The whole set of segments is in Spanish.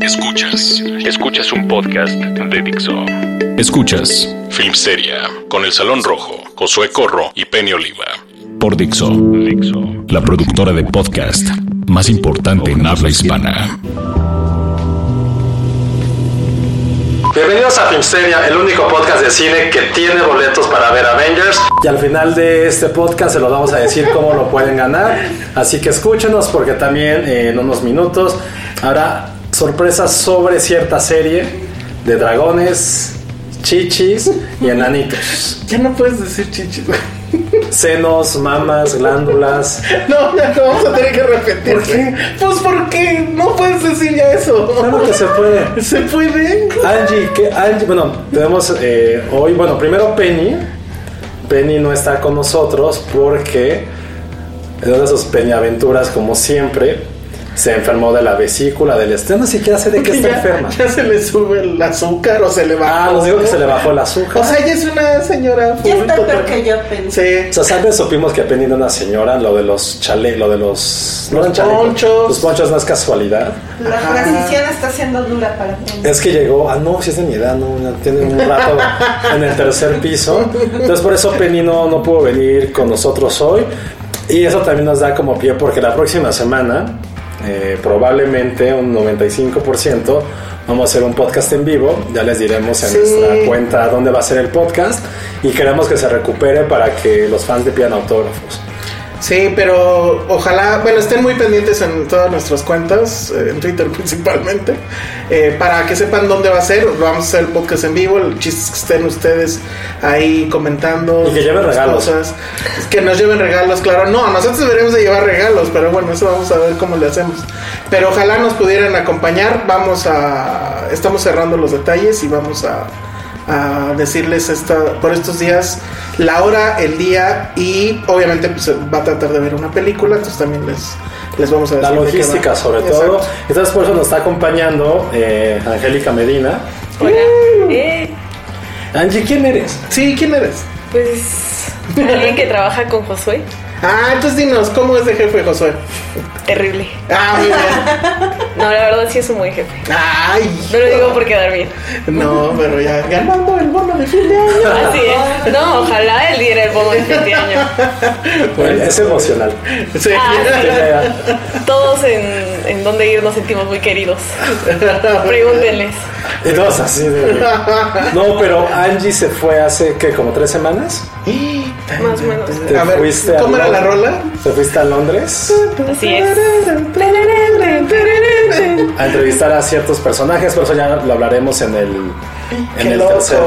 Escuchas, escuchas un podcast de Dixo. Escuchas Filmsteria con El Salón Rojo, Josué Corro y Penny Oliva. Por Dixo, Dixo, la productora de podcast más importante en habla hispana. Bienvenidos a Filmsteria, el único podcast de cine que tiene boletos para ver Avengers. Y al final de este podcast se los vamos a decir cómo lo pueden ganar. Así que escúchenos porque también eh, en unos minutos habrá sorpresas sobre cierta serie de dragones, chichis y enanitos. Ya no puedes decir chichi. güey. Senos, mamas, glándulas. No, ya no vamos a tener que repetir. Pues porque no puedes decir ya eso. Claro que se puede. ¿Se puede? Angie, que Angie, bueno, tenemos eh, hoy, bueno, primero Penny. Penny no está con nosotros porque en una de sus peñaventuras, como siempre, se enfermó de la vesícula, del estén. No sé qué hace de que está ya, enferma. ya se le sube el azúcar o se le baja. Ah, nos digo que se le bajó el azúcar. O sea, ella es una señora. Ya está full, peor total. que yo pensé. Sí. O sea, ¿sabes? supimos que Penny era una señora, lo de los chale, lo de los... no Los eran chalecos, ponchos. Los ponchos no es casualidad. La transición está siendo dura para mí. Es que llegó, ah, no, si es de mi edad, no, ya tiene un rato en el tercer piso. Entonces, por eso Penny no, no pudo venir con nosotros hoy. Y eso también nos da como pie, porque la próxima semana, eh, probablemente un 95%, vamos a hacer un podcast en vivo. Ya les diremos en Sí. nuestra cuenta dónde va a ser el podcast. Y queremos que se recupere para que los fans le pidan autógrafos. Pues Sí, pero ojalá, bueno, estén muy pendientes en todas nuestras cuentas, eh, en Twitter principalmente, eh, para que sepan dónde va a ser. Vamos a hacer el podcast en vivo, el chiste es que estén ustedes ahí comentando. Y que lleven las regalos. cosas. que nos lleven regalos, claro. No, nosotros deberíamos de llevar regalos, pero bueno, eso vamos a ver cómo le hacemos. Pero ojalá nos pudieran acompañar. Vamos a, estamos cerrando los detalles y vamos a a decirles esta, por estos días la hora, el día y obviamente pues, va a tratar de ver una película, entonces también les, les vamos a La decir. de qué logística va. sobre Exacto. todo. Entonces por eso nos está acompañando eh, Angélica Medina. Eh, Angie, ¿quién eres? Sí, ¿quién eres? pues alguien que trabaja con Josué, Ah, entonces dinos, ¿cómo es de jefe Josué? terrible. Ah, muy bien. No, la verdad sí es un buen jefe. Ay, No lo digo por quedar bien. no, pero ya ganando el bono de fin de año. Así es. No, ojalá él diera el bono de fin de año. Es emocional. Sí. Ah, Tiene- Todos en, en donde ir nos sentimos muy queridos. Pregúntenles. Y todos así de- No, pero Angie se fue hace que como tres semanas. Más o menos. Te A ver, fuiste a ¿cómo era la Londres. rola? Te fuiste a Londres Así es. a entrevistar a ciertos personajes, pero eso ya lo hablaremos en el, en Qué el loco. tercer,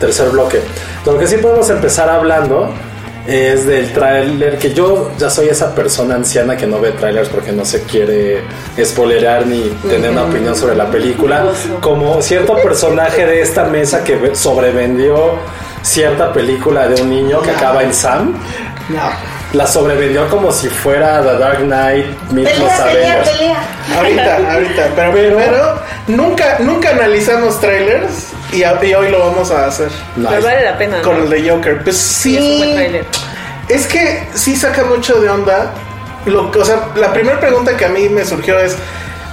tercer bloque. Lo que sí podemos empezar hablando es del tráiler, que yo ya soy esa persona anciana que no ve trailers porque no se quiere spoilerar ni tener una opinión sobre la película, como cierto personaje de esta mesa que ve- sobrevendió cierta película de un niño que acaba en Sam. No. La sobrevendió como si fuera The Dark Knight, mismo Pelea, pelea, sabemos. pelea. Ahorita, ahorita, pero, Pero- primero nunca, nunca analizamos trailers y, a- y hoy lo vamos a hacer Pero Pues vale la pena. ¿no? con el de Joker. Pues Sí, es un buen sí, trailer. es que sí saca mucho de onda. Lo, o sea, la primera pregunta que a mí me surgió es,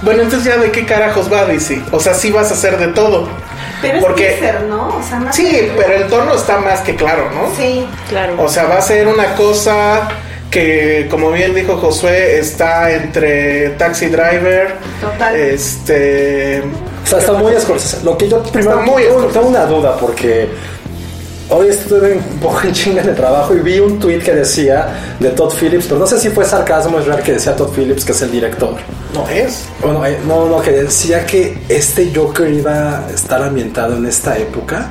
bueno, entonces ya de qué carajos va DC. O sea, sí vas a hacer de todo. Pero es Porque- teaser, ¿no? O sea, Ah, más Sí, pero el tono está más que claro, ¿no? Sí. Claro. O sea, va a ser una cosa que como bien dijo Josué, está entre Taxi Driver, Total. este... O sea, está muy Scorsese. Lo que yo primero muy tengo, Scorsese. tengo una duda porque hoy estuve un poco en chinga de trabajo y vi un tweet que decía de Todd Phillips, pero no sé si fue sarcasmo es real que decía Todd Phillips que es el director. No es. Bueno, eh, no, no, que decía que este Joker iba a estar ambientado en esta época.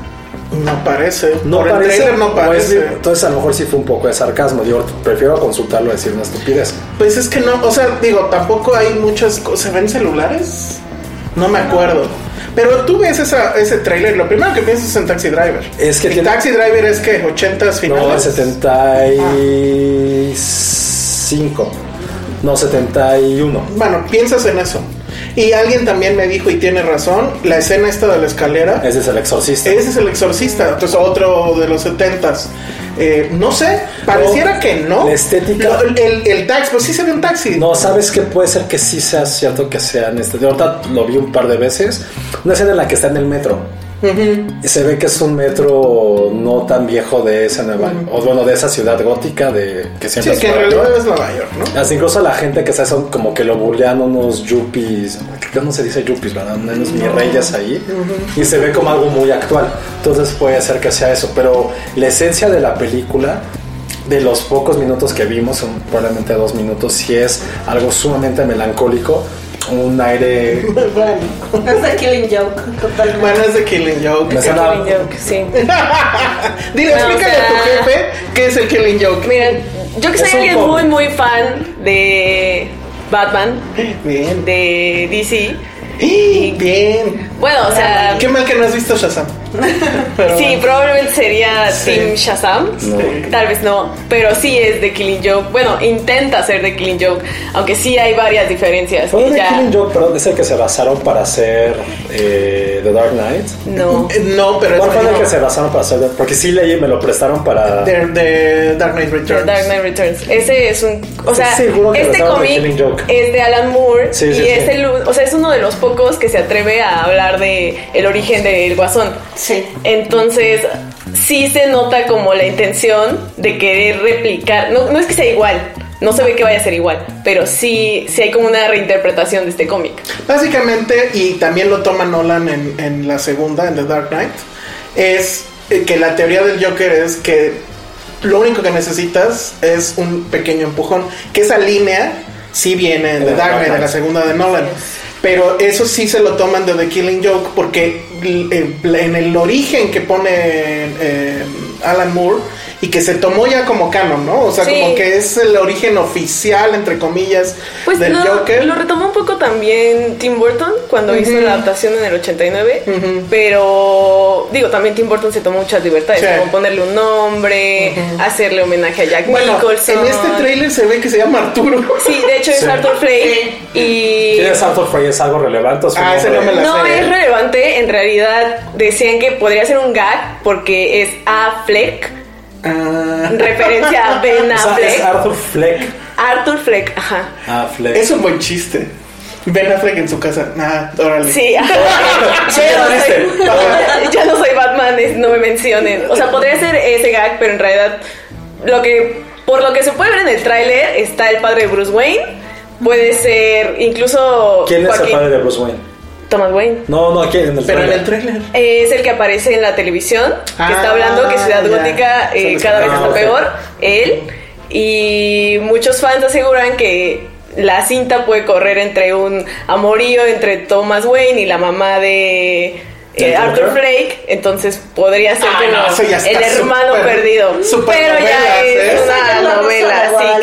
No parece. No Por parece. el trailer no o parece. es- entonces a lo mejor sí fue un poco de sarcasmo. Digo, prefiero consultarlo a decir una estupidez. Pues es que no, o sea, digo, tampoco hay muchas cosas. ¿Se ven celulares? No me acuerdo. Pero tú ves esa, ese tráiler, lo primero que piensas es en Taxi Driver. Es que ¿Y tiene- Taxi Driver es que 80s finales. No, 75. No, 71. Bueno, piensas en eso. Y alguien también me dijo, y tiene razón, la escena esta de la escalera. Ese es el exorcista. Ese es el exorcista, entonces otro de los 70s. Eh, no sé, pareciera No, que no. la estética- Lo- el, el, taxi, pues sí se ve un taxi. No, ¿sabes que Puede ser que sí sea cierto que sea en este. de Ahorita lo vi un par de veces. Una escena en la que está en el metro. Y se ve que es un metro no tan viejo de esa Nueva O bueno, de esa ciudad gótica de que siempre es Sí, que en Nueva realidad York. es Nueva York, ¿no? Hasta incluso a la gente que está son como que lo burlean unos yuppies, yo no se dice yuppies, ¿verdad? Unos mi reyes ahí. Y se ve como algo muy actual. Entonces puede ser que sea eso. Pero la esencia de la película, de los pocos minutos que vimos, son probablemente dos minutos, si es algo sumamente melancólico, un aire... Bueno. Es de Killing Joke, totalmente. Bueno, es de Killing Joke. Me suena- Killing Joke, sí. Dile, No, explícale o sea- a tu jefe qué es el Killing Joke. Mira, yo que Es un soy alguien cómic. muy, muy fan de Batman, Bien. de DC. ¡Ah! Bien. Bueno, o sea, Qué mal que no has visto Shazam. Pero sí, bueno. probablemente sería Sí. Team Shazam. Tal vez no, pero sí es de Killing Joke. Bueno, intenta ser de Killing Joke, aunque sí hay varias diferencias. Fue y de ya- Killing Joke, perdón, es el que se basaron para hacer eh, The Dark Knight. No. Eh, No, pero ¿Cuál fue el bueno. que se basaron para hacer? Porque sí leí, me lo prestaron para... de, de Dark Knight Returns. Dark Knight Returns. Ese es un. O sea, Sí, seguro que este trataron de cómic Killing Joke. es de Alan Moore. Sí, y sí, es sí. el- o sea, es uno de los pocos que se atreve a hablar de el origen del guasón. Sí. Entonces, sí se nota como la intención de querer replicar. No, no es que sea igual. No se ve que vaya a ser igual, pero sí, sí hay como una reinterpretación de este cómic. Básicamente, y también lo toma Nolan en, en la segunda, en The Dark Knight, es eh, que la teoría del Joker es que lo único que necesitas es un pequeño empujón. Que esa línea sí viene en The Dark Knight, en la segunda de Nolan. Pero eso sí se lo toman de The Killing Joke porque eh, en el origen que pone eh, Alan Moore y que se tomó ya como canon, ¿no? O sea, Sí. como que es el origen oficial, entre comillas, Pues del no, Joker. lo retomó un poco también Tim Burton cuando hizo la adaptación en el 89, pero digo, también Tim Burton se tomó muchas libertades, Sí. como ponerle un nombre, hacerle homenaje a Jack Bueno, Nicholson. en este tráiler se ve que se llama Arturo. Sí, de hecho es Sí. Arthur Frey y ¿Quién es Arthur Frey? ¿Es algo relevante? ¿O es un Ah, ese hombre? no me la no sé. es relevante, en realidad decían que podría ser un gag porque es A Fleck, Ah, referencia a Ben O sea, Affleck, es Arthur Fleck. Arthur Fleck, ajá. Ah, Fleck. es un buen chiste. Ben Affleck en su casa. Ah, órale. Sí, ajá. ya, no soy, ya no soy Batman, es- no me mencionen. O sea, podría ser ese gag, pero en realidad lo que por lo que se puede ver en el tráiler está el padre de Bruce Wayne. Puede ser incluso ¿Quién es el Joaquín- padre de Bruce Wayne? Thomas Wayne. No, no, ¿quién? En el Pero en trailer. el tráiler. Es el que aparece en la televisión, Ah, que está hablando que Ciudad ya. Gótica eh, Se les- cada vez ah, está ok. peor. Él y muchos fans aseguran que la cinta puede correr entre un amorío entre Thomas Wayne y la mamá de eh, ¿El Arthur Joker? Flake, entonces podría ser Ah, como no, eso ya está el hermano súper- perdido. súper Pero novelas, ya es ¿eh? Esa una la novela, Rosa de sí, Guadalupe,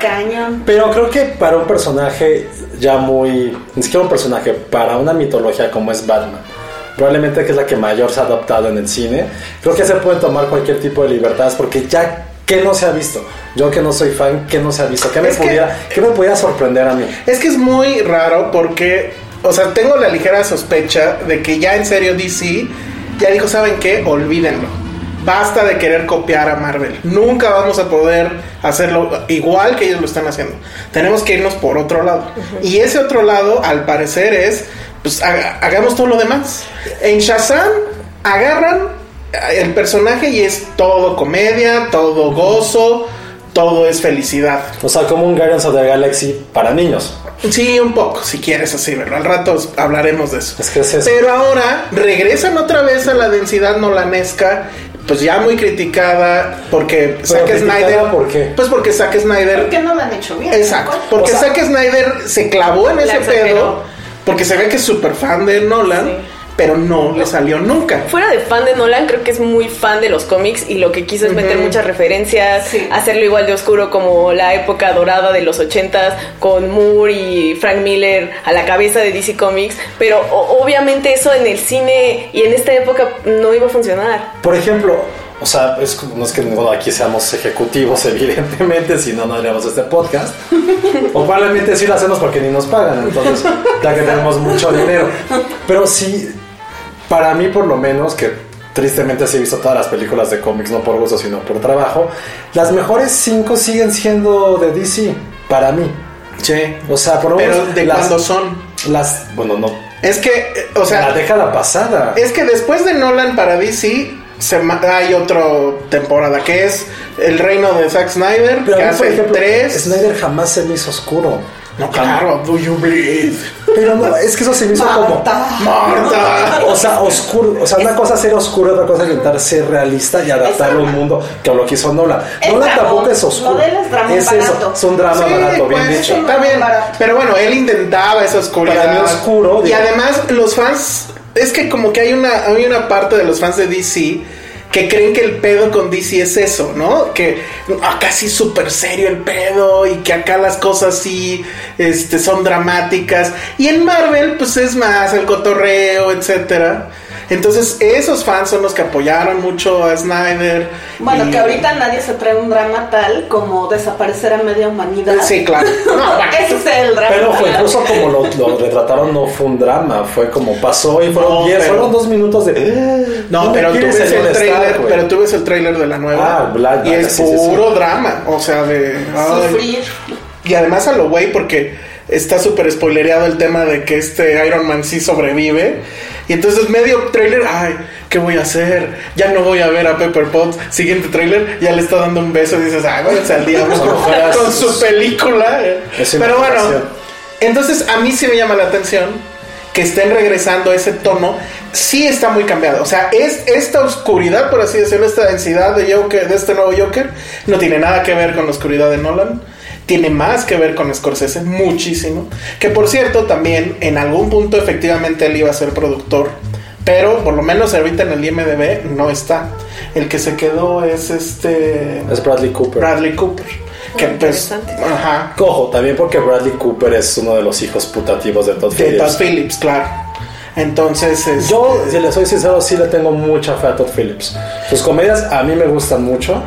cañón. Cañón. Pero creo que para un personaje ya muy. Ni siquiera un personaje, para una mitología como es Batman. Probablemente que es la que mayor se ha adaptado en el cine. Creo que se pueden tomar cualquier tipo de libertades porque ya. ¿Qué no se ha visto? Yo que no soy fan, ¿qué no se ha visto? ¿Qué me, Es que- pudiera, ¿qué me pudiera sorprender a mí? Es que es muy raro porque, o sea, tengo la ligera sospecha de que ya en serio DC ya dijo, ¿saben qué? Olvídenlo. Basta de querer copiar a Marvel. Nunca vamos a poder hacerlo igual que ellos lo están haciendo. Tenemos que irnos por otro lado. Y ese otro lado, al parecer, es, pues, haga- hagamos todo lo demás. En Shazam, agarran eh, el personaje y es todo comedia, todo gozo, todo es felicidad. O sea, como un Guardians of the Galaxy para niños. Sí, un poco, si quieres así, pero al rato os- hablaremos de eso. Es que es eso. Pero ahora regresan otra vez a la densidad nolanesca, pues ya muy criticada, porque Zack criticada, Snyder... ¿por qué? Pues porque Zack Snyder... ¿Por qué no lo han hecho bien? Exacto, porque O sea- Zack Snyder se clavó en La ese exageró. pedo, porque se ve que es súper fan de Nolan, pero no le salió nunca. Fuera de fan de Nolan, creo que es muy fan de los cómics y lo que quiso es meter muchas referencias, Sí. hacerlo igual de oscuro como la época dorada de los 80s con Moore y Frank Miller a la cabeza de DC Comics, pero o- obviamente eso en el cine y en esta época no iba a funcionar. Por ejemplo, o sea, es, como- no es que ninguno de aquí seamos ejecutivos, evidentemente, si no, no haríamos este podcast. O probablemente sí lo hacemos porque ni nos pagan, entonces, ya que tenemos mucho dinero. Pero sí, para mí por lo menos, que tristemente sí he visto todas las películas de cómics, no por gusto, sino por trabajo, las mejores cinco siguen siendo de DC, para mí. Sí, O sea, por lo pero menos de las- cuando son. Las, bueno, no, Es que, eh, o sea, la década pasada. Es que después de Nolan para DC se ma- hay otra temporada que es El Reino de Zack Snyder, Pero que a mí, por hace ejemplo, tres. Snyder jamás se me hizo oscuro. No, claro, Do You Bleed. Pero no, es que eso se me hizo como. Marta. O sea, oscuro. O sea, una cosa es ser oscuro, otra cosa es intentar ser realista y adaptarlo a un mundo que lo quiso Nolan. Es Nolan dramón. tampoco es oscuro. Lo de él es dramón eso. barato. Es un drama Sí, barato, bien pues, dicho. Está bien, Barato. pero bueno, él intentaba esa oscuridad. Para mí oscuro, Y digo. además los fans, es que como que hay una, hay una parte de los fans de DC que creen que el pedo con DC es eso, ¿no? Que acá sí es súper serio el pedo y que acá las cosas sí este, son dramáticas. Y en Marvel pues es más el cotorreo, etcétera. Entonces esos fans son los que apoyaron mucho a Snyder. Bueno, y- que ahorita nadie se trae un drama tal como desaparecer a media humanidad. Sí, claro. No, bueno. Ese es el drama. Pero fue incluso como lo, lo retrataron, no fue un drama. Fue como pasó y fueron, No, diez- pero- fueron dos minutos de. "Eh, No, me pero tú, quieres ves el molestar, trailer, güey". pero tú ves el trailer de la nueva. Ah, Black y Black, es así se puro llama. drama. O sea, de. ay. Sufrir. Y además a lo güey, porque está súper spoilereado el tema de que este Iron Man sí sobrevive. Y entonces, medio trailer, ay, ¿qué voy a hacer? Ya no voy a ver a Pepper Potts. Siguiente trailer, ya le está dando un beso y dices, ay, váyanse al diablo A lo mejor era con su- su película. eh. Es una Pero bueno, relación. entonces a mí sí me llama la atención que estén regresando a ese tono. Sí está muy cambiado. O sea, es esta oscuridad, por así decirlo, esta densidad de Joker, de este nuevo Joker, no tiene nada que ver con la oscuridad de Nolan. Tiene más que ver con Scorsese, muchísimo. Que por cierto, también en algún punto efectivamente él iba a ser productor. Pero por lo menos ahorita en el IMDB no está. El que se quedó es este. Es Bradley Cooper. Bradley Cooper. Que pues. interesante. Ajá. Cojo, también porque Bradley Cooper es uno de los hijos putativos de Todd De Phillips. Todd Phillips, claro. Entonces. es- Yo, si le soy sincero, sí le tengo mucha fe a Todd Phillips. Sus comedias a mí me gustan mucho,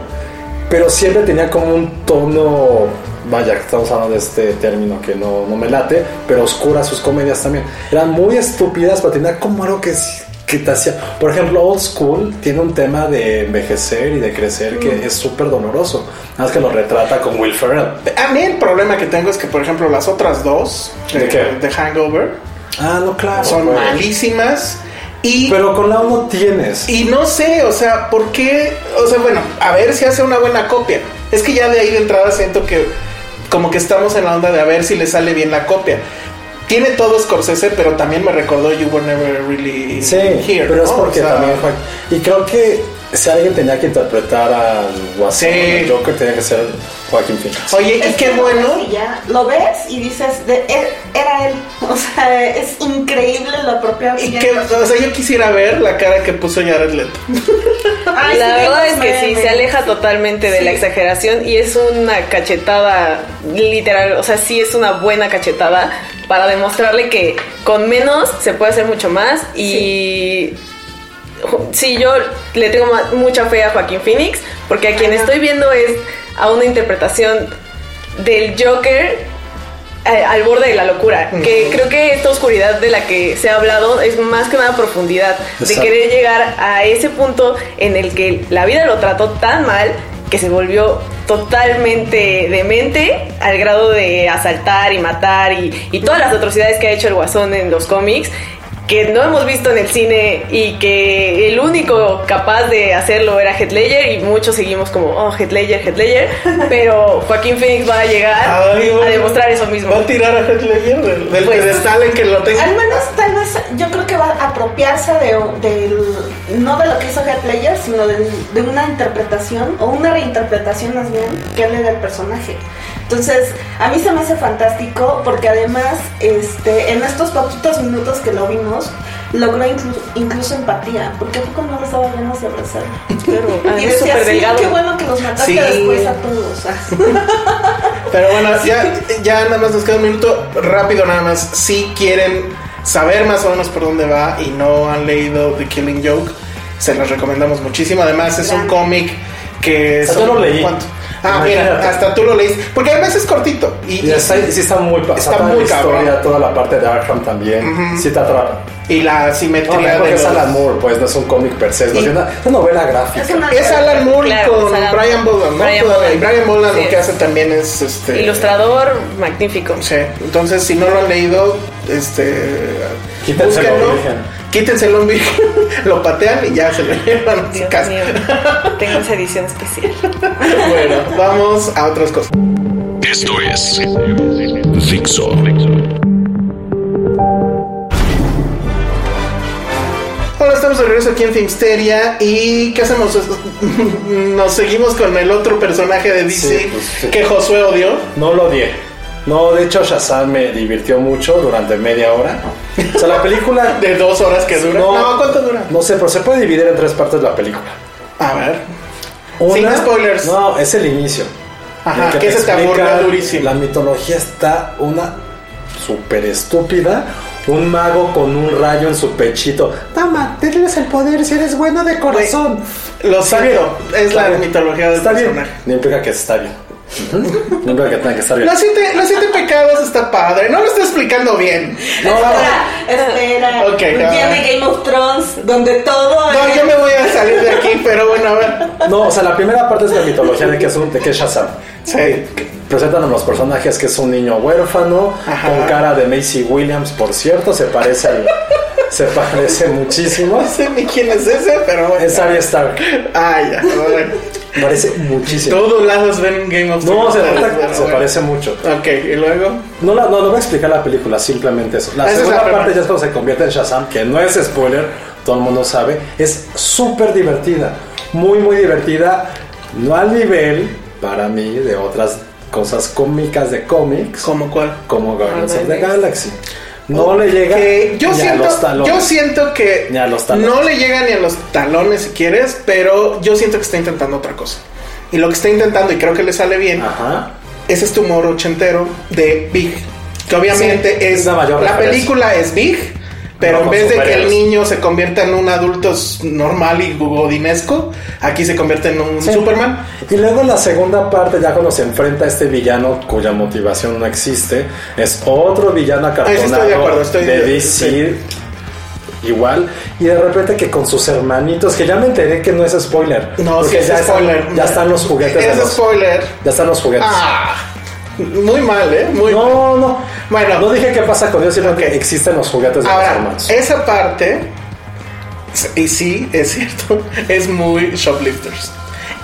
pero siempre tenía como un tono, vaya, que estamos hablando de este término que no, no me late, pero oscura sus comedias también. Eran muy estúpidas, pero tenía como algo que, sí- que te hacía... Por ejemplo, Old School tiene un tema de envejecer y de crecer que es súper doloroso. Nada más que lo retrata con Will Ferrell. A mí el problema que tengo es que, por ejemplo, las otras dos de, ¿De qué? de Hangover Ah, no, claro. son güey. malísimas. Y, Pero con la uno tienes. y no sé, o sea, ¿por qué? O sea, bueno, a ver si hace una buena copia. Es que ya de ahí de entrada siento que como que estamos en la onda de a ver si le sale bien la copia. Tiene todo Scorsese, pero también me recordó You Were Never Really Sí, Here. pero es ¿no? porque O sea, también fue- Y creo que si alguien tenía que interpretar al Guasón, Sí. el Joker tenía que ser Joaquín Phoenix. Oye, y Es qué que lo bueno. ves y ya lo ves y dices, de, er- era él. O sea, es increíble la propia Y vida. qué- o sea, yo quisiera ver la cara que puso Jared Leto. Ay, sí, Ah, la verdad vemos es que sí, memes. se aleja totalmente de la Sí. exageración y es una cachetada literal, o sea, sí es una buena cachetada para demostrarle que con menos se puede hacer mucho más y... ju- Sí, yo le tengo ma- mucha fe a Joaquín Phoenix porque a quien Ajá. estoy viendo es a una interpretación del Joker eh, al borde de la locura, que creo que esta oscuridad de la que se ha hablado es más que nada profundidad, Exacto. de querer llegar a ese punto en el que la vida lo trató tan mal que se volvió totalmente demente al grado de asaltar y matar y, y todas las atrocidades que ha hecho el guasón en los cómics. que no hemos visto en el cine y que el único capaz de hacerlo era Heath Ledger y muchos seguimos como, oh, Heath Ledger, Heath Ledger, pero Joaquín Phoenix va a llegar Ay, a bueno. demostrar eso mismo. Va a tirar a Heath Ledger del, del Pues- pedestal en que lo Al tenga. menos, tal vez, yo creo que va a apropiarse de, del- no de lo que hizo Head Player, sino de, de una interpretación, o una reinterpretación más bien, que él era el personaje. Entonces, a mí se me hace fantástico porque además, este, en estos poquitos minutos que lo vimos, logró inclu- incluso empatía, porque a poco no lo estaba viendo hacia abrazar. Pero, y es decía, súper sí, delgado. qué bueno que los mataste Sí. después a todos. ah". Pero bueno, ya, ya nada más nos queda un minuto. Rápido nada más. Si quieren saber más o menos por dónde va y no han leído The Killing Joke, se los recomendamos muchísimo. Además es un Claro. cómic que... Hasta son- yo lo leí. ¿cuánto? Ah, Imagínate. mira, hasta tú lo leíste. Porque además es cortito. Y, Y está, sí está muy pasada Está muy la historia, cabrón. toda la parte de Arkham también. Sí te atrapa. y la No, simetría mejor de... que es los- Alan Moore, pues no es un cómic per se, es más Sí. bien una, una novela gráfica. Es una- Es Alan Moore Claro, con es Alan Brian Moore. Bolland, ¿no? Brian Todavía. Bolland. Y Brian Bolland Sí. lo que hace también es este Ilustrador magnífico. Sí, entonces si no lo han leído, este Quítenselo, búsquenlo, virgen. quítenselo un virgen, lo patean y ya se lo llevan a su Dios casa. mío, tengo esa edición especial. Bueno, vamos a otras cosas. Esto es Dixo. Hola, estamos de regreso aquí en Filmsteria y ¿qué hacemos? Nos seguimos con el otro personaje de DC Sí, pues, sí. que Josué odió. No lo odié. No, de hecho Shazam me divirtió mucho durante media hora. O sea, la película... De dos horas que dura. No, ¿cuánto dura? No sé, pero se puede dividir en tres partes la película. A ver. Sin spoilers. No, es el inicio. Ajá, En el que te ese te explican aburrió durísimo. La mitología está una súper estúpida. Un mago con un rayo en su pechito. Toma, tienes el poder si eres bueno de corazón. Lo Está siento, bien. es Está la bien. mitología del Está bien. personaje. No implica que está bien. No implica que tenga que estar bien. Los siete, los siete pecados está padre, no lo está explicando bien. Espera, espera. Ok, a Viene ver. Game of Thrones, donde todo. No, es- yo me voy a salir de aquí, pero bueno, a ver. No, o sea, la primera parte es la mitología de que es, un, de que es Shazam. Sí. Presentan a los personajes que es un niño huérfano, Ajá. con cara de Macy Williams, por cierto, se parece al- se parece muchísimo. No sé ni quién es ese, pero bueno. Es Arya Stark, Ah, ya. bueno. parece muchísimo. Todos lados ven Game of No, Thrones. se, pero bueno, se bueno. parece mucho. Ok, y luego. No, la- no, no voy a explicar la película, simplemente eso. La Esa es la segunda primera. parte ya es cuando se convierte en Shazam, que no es spoiler, todo el mundo sabe. Es súper divertida, muy, muy divertida. No al nivel, para mí, de otras cosas cómicas de cómics, ¿Cómo cuál? como Guardians of the Guardians. Galaxy. No le llega Que Eh, yo ni a los siento, talones. yo siento que Ni a los talones. no le llega ni a los talones si quieres, pero yo siento que está intentando otra cosa. Y lo que está intentando, y creo que le sale bien, Ajá. ese es tu humor ochentero de Big. Que obviamente Sí, es. es la mayor referencia. película es Big, pero No, en con vez de que el superhéroes. niño se convierta en un adulto s- normal y godinesco, aquí se convierte en un Sí. Superman. Y luego en la segunda parte, ya cuando se enfrenta a este villano cuya motivación no existe, es otro villano Ah, sí, estoy de acuerdo, acartonado estoy de de- DC. Igual, y de repente que con sus hermanitos, que ya me enteré que no es spoiler. No, sí porque es ya están- spoiler. ya están los juguetes. de Es los- spoiler. ya están los juguetes. Ah, muy mal, ¿eh? Muy mal. no, no. Bueno. no dije qué pasa con ellos, sino Ok. que existen los juguetes de los Ahora, hermanos. esa parte, y sí, es cierto, es muy shoplifters.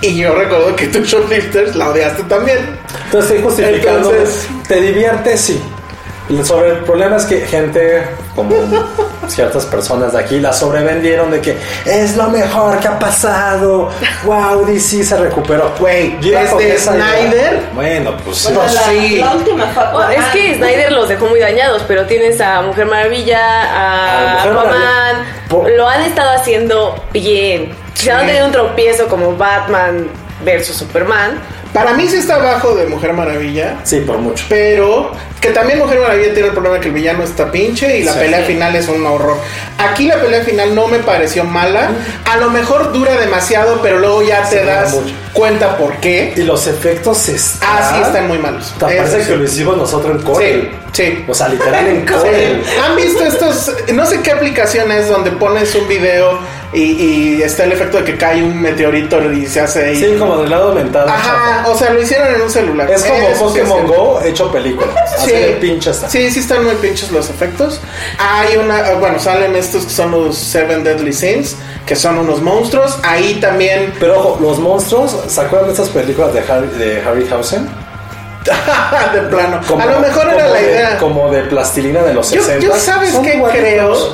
Y yo recuerdo que tú shoplifters la odiaste también. Entonces estoy justificando. Entonces- te divierte, sí. Sobre el problema es que gente como ciertas personas de aquí la sobrevendieron de que es lo mejor que ha pasado. Wow, DC se recuperó. Güey, Yo iba desde con esa idea. este Snyder. Bueno, pues sí. Bueno, Pues la, sí. la última Ah, fue Bueno, Oh, es que Snyder los dejó muy dañados, pero tienes a Mujer Maravilla, A a Mujer Aquaman, Maravilla. Por- lo han estado haciendo bien. Se han tenido un tropiezo como Batman versus Superman. Para mí sí está abajo de Mujer Maravilla. Sí, por mucho. Pero que también Mujer Maravilla tiene el problema que el villano está pinche y la Sí. pelea final es un horror. Aquí la pelea final no me pareció mala. A lo mejor dura demasiado, pero luego ya te dura das mucho. cuenta por qué. Y los efectos están. Ah, sí, están muy malos. Te Eso parece sí. que lo hicimos nosotros en Corel. Sí, sí. O sea, literal en Sí. Corel. ¿Han visto estos? No sé qué aplicación es donde pones un video y, y está el efecto de que cae un meteorito y se hace ahí. Sí, como del lado mentado. Ajá, o sea, lo hicieron en un celular. Es como Eso sí Pokémon es cierto. Go hecho película. Así de pinche está. Sí, sí están muy pinches los efectos. Hay una, ah, bueno, salen estos que son los Seven Deadly Sins, que son unos monstruos. Ahí también Pero ojo, los monstruos, ¿se acuerdan de estas películas de, Harry, de Harryhausen? de plano. Como- a lo mejor era como la de- idea. como de plastilina de los Yo, 60. yo sabes Son qué igualitos.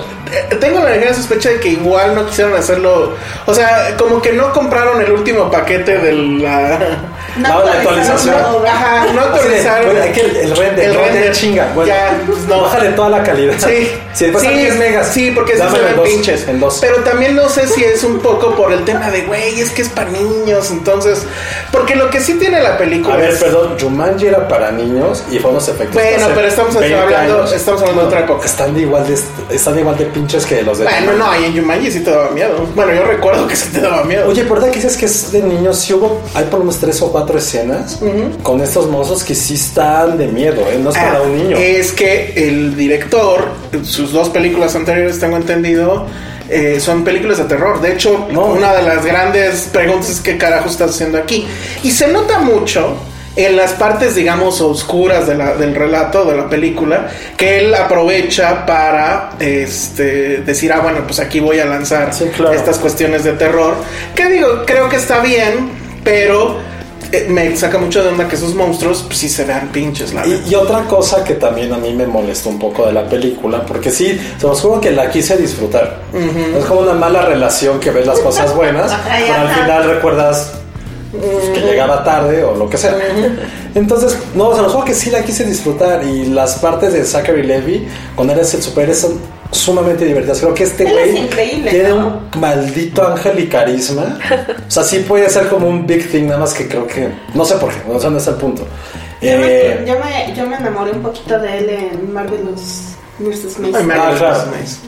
creo. Eh, Tengo la ligera sospecha de que igual no quisieron hacerlo. O sea, como que no compraron el último paquete de la. No, la actualización. no, Ajá, no Así de, actualizaron. bueno, aquí el, el render, El no, ya render. chinga. Bueno, Ya, pues, no. Bájale toda la calidad. Sí, Si pasan 10 megas. sí, porque esos dámelo en eran dos, pinches. En dos. Pero también no sé si es un poco por el tema de, güey, es que es para niños. Entonces, porque lo que sí tiene la película A ver, es- perdón, Jumanji era para niños y fue unos efectos. pues- Bueno, hace pero estamos 20 hablando- estamos hablando de otra época. Están igual de, están igual de pinches que los de. Bueno, no, ahí en Yumanji sí te daba miedo. Bueno, yo recuerdo que sí te daba miedo. Oye, ¿por verdad que dices que es de niños? Sí hubo, hay por lo menos tres o cuatro escenas con estos monstruos que sí están de miedo, ¿eh? No es Ah, para un niño. Es que el director, sus dos películas anteriores, tengo entendido, eh, son películas de terror. De hecho, No. una de las grandes preguntas es qué carajo estás haciendo aquí. Y se nota mucho en las partes, digamos, oscuras de la- del relato, de la película, que él aprovecha para este, decir, ah, bueno, pues aquí voy a lanzar Sí, claro. estas cuestiones de terror. Que digo, creo que está bien, pero... eh, Me saca mucho de onda que esos monstruos pues, sí se vean pinches, la Y, y otra cosa que también a mí me molestó un poco de la película, porque sí, se los juro que la quise disfrutar. Es como una mala relación que ves las cosas buenas, Ay, pero al ajá. final recuerdas pues, que llegaba tarde o lo que sea. Entonces, no, se los juro que sí la quise disfrutar. Y las partes de Zachary Levy, cuando eres el super, son sumamente divertidas. Creo que este Él es güey increíble, tiene ¿no? un maldito ángel y carisma. O sea, sí puede ser como un big thing, nada más que creo que. No sé por qué, no sé dónde está el punto. Yo Eh, me, yo, me, yo me enamoré un poquito de él en Marvelous Mrs. Ay, Maisel. Mary Ah, claro. Christmas.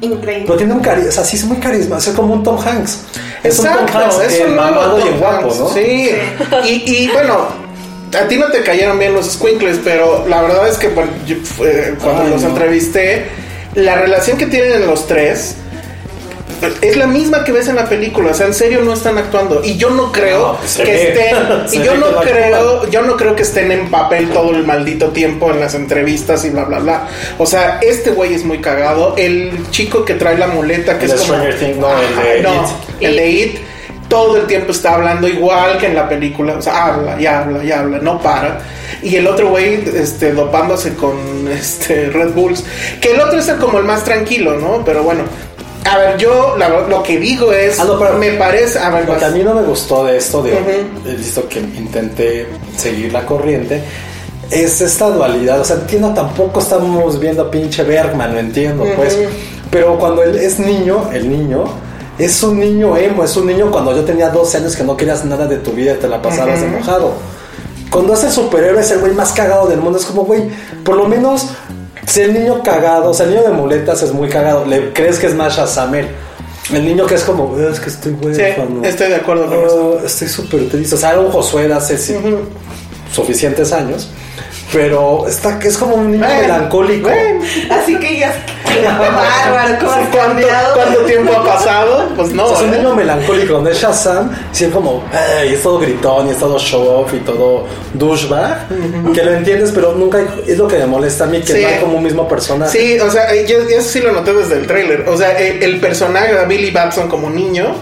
Pero Increíble. tiene un carisma, o sea, sí es muy carisma, o sea, como un Tom Hanks. Es un Tom Hanks es eh, un nuevo mamado y Tom en guapo, Hanks, ¿no? Sí. Y, y, bueno, a ti no te cayeron bien los squinkles, pero la verdad es que bueno, yo, eh, cuando Ay, los no. entrevisté, la relación que tienen los tres es la misma que ves en la película, o sea, en serio no están actuando y yo no creo No, pues, se que ve. estén Se y ve yo que no no creo, yo no creo que estén en papel todo el maldito tiempo en las entrevistas y bla bla bla. O sea, este güey es muy cagado, el chico que trae la muleta que El es de como Stranger Things, no, el de Ajá, no, It. el de It todo el tiempo está hablando igual que en la película, o sea, habla y habla y habla, no para. Y el otro güey este dopándose con este Red Bulls, que el otro es el como el más tranquilo, ¿no? Pero bueno, a ver, yo la verdad, lo que digo es Ah, no, pero- me parece, a ver, Lo vas. que a mí no me gustó de esto, de Ujú. eh, listo que intenté seguir la corriente, es esta dualidad. O sea, entiendo, tampoco estamos viendo a pinche Bergman, lo entiendo, pues. Pero cuando él es niño, el niño. Es un niño emo, es un niño cuando yo tenía 12 años que no querías nada de tu vida, te la pasabas enojado. Cuando es el superhéroe es el güey más cagado del mundo, es como, güey, por lo menos si el niño cagado, o sea, el niño de muletas es muy cagado, le crees que es más Shazamel. El niño que es como, "Eh, es que estoy güey. Sí, estoy de acuerdo con Ah, eso. Estoy súper triste. O sea, era un Josué de hace sí, suficientes años. Pero está, es como un niño Bueno, melancólico. bueno. Así que ya. ¡Qué bárbaro! ¿Cómo has ¿Cuánto, cambiado? cuánto tiempo ha pasado? Pues no, O sea, es un ¿eh? niño melancólico donde es Shazam sí es como, "Ey", es todo gritón y es todo show off y todo douchebag. Que lo entiendes, pero nunca hay- es lo que me molesta a mí, que Sí. no hay como un mismo personaje. Sí, o sea, eh, yo yo eso sí lo noté desde el tráiler. O sea, eh, el, el personaje de Billy Batson como niño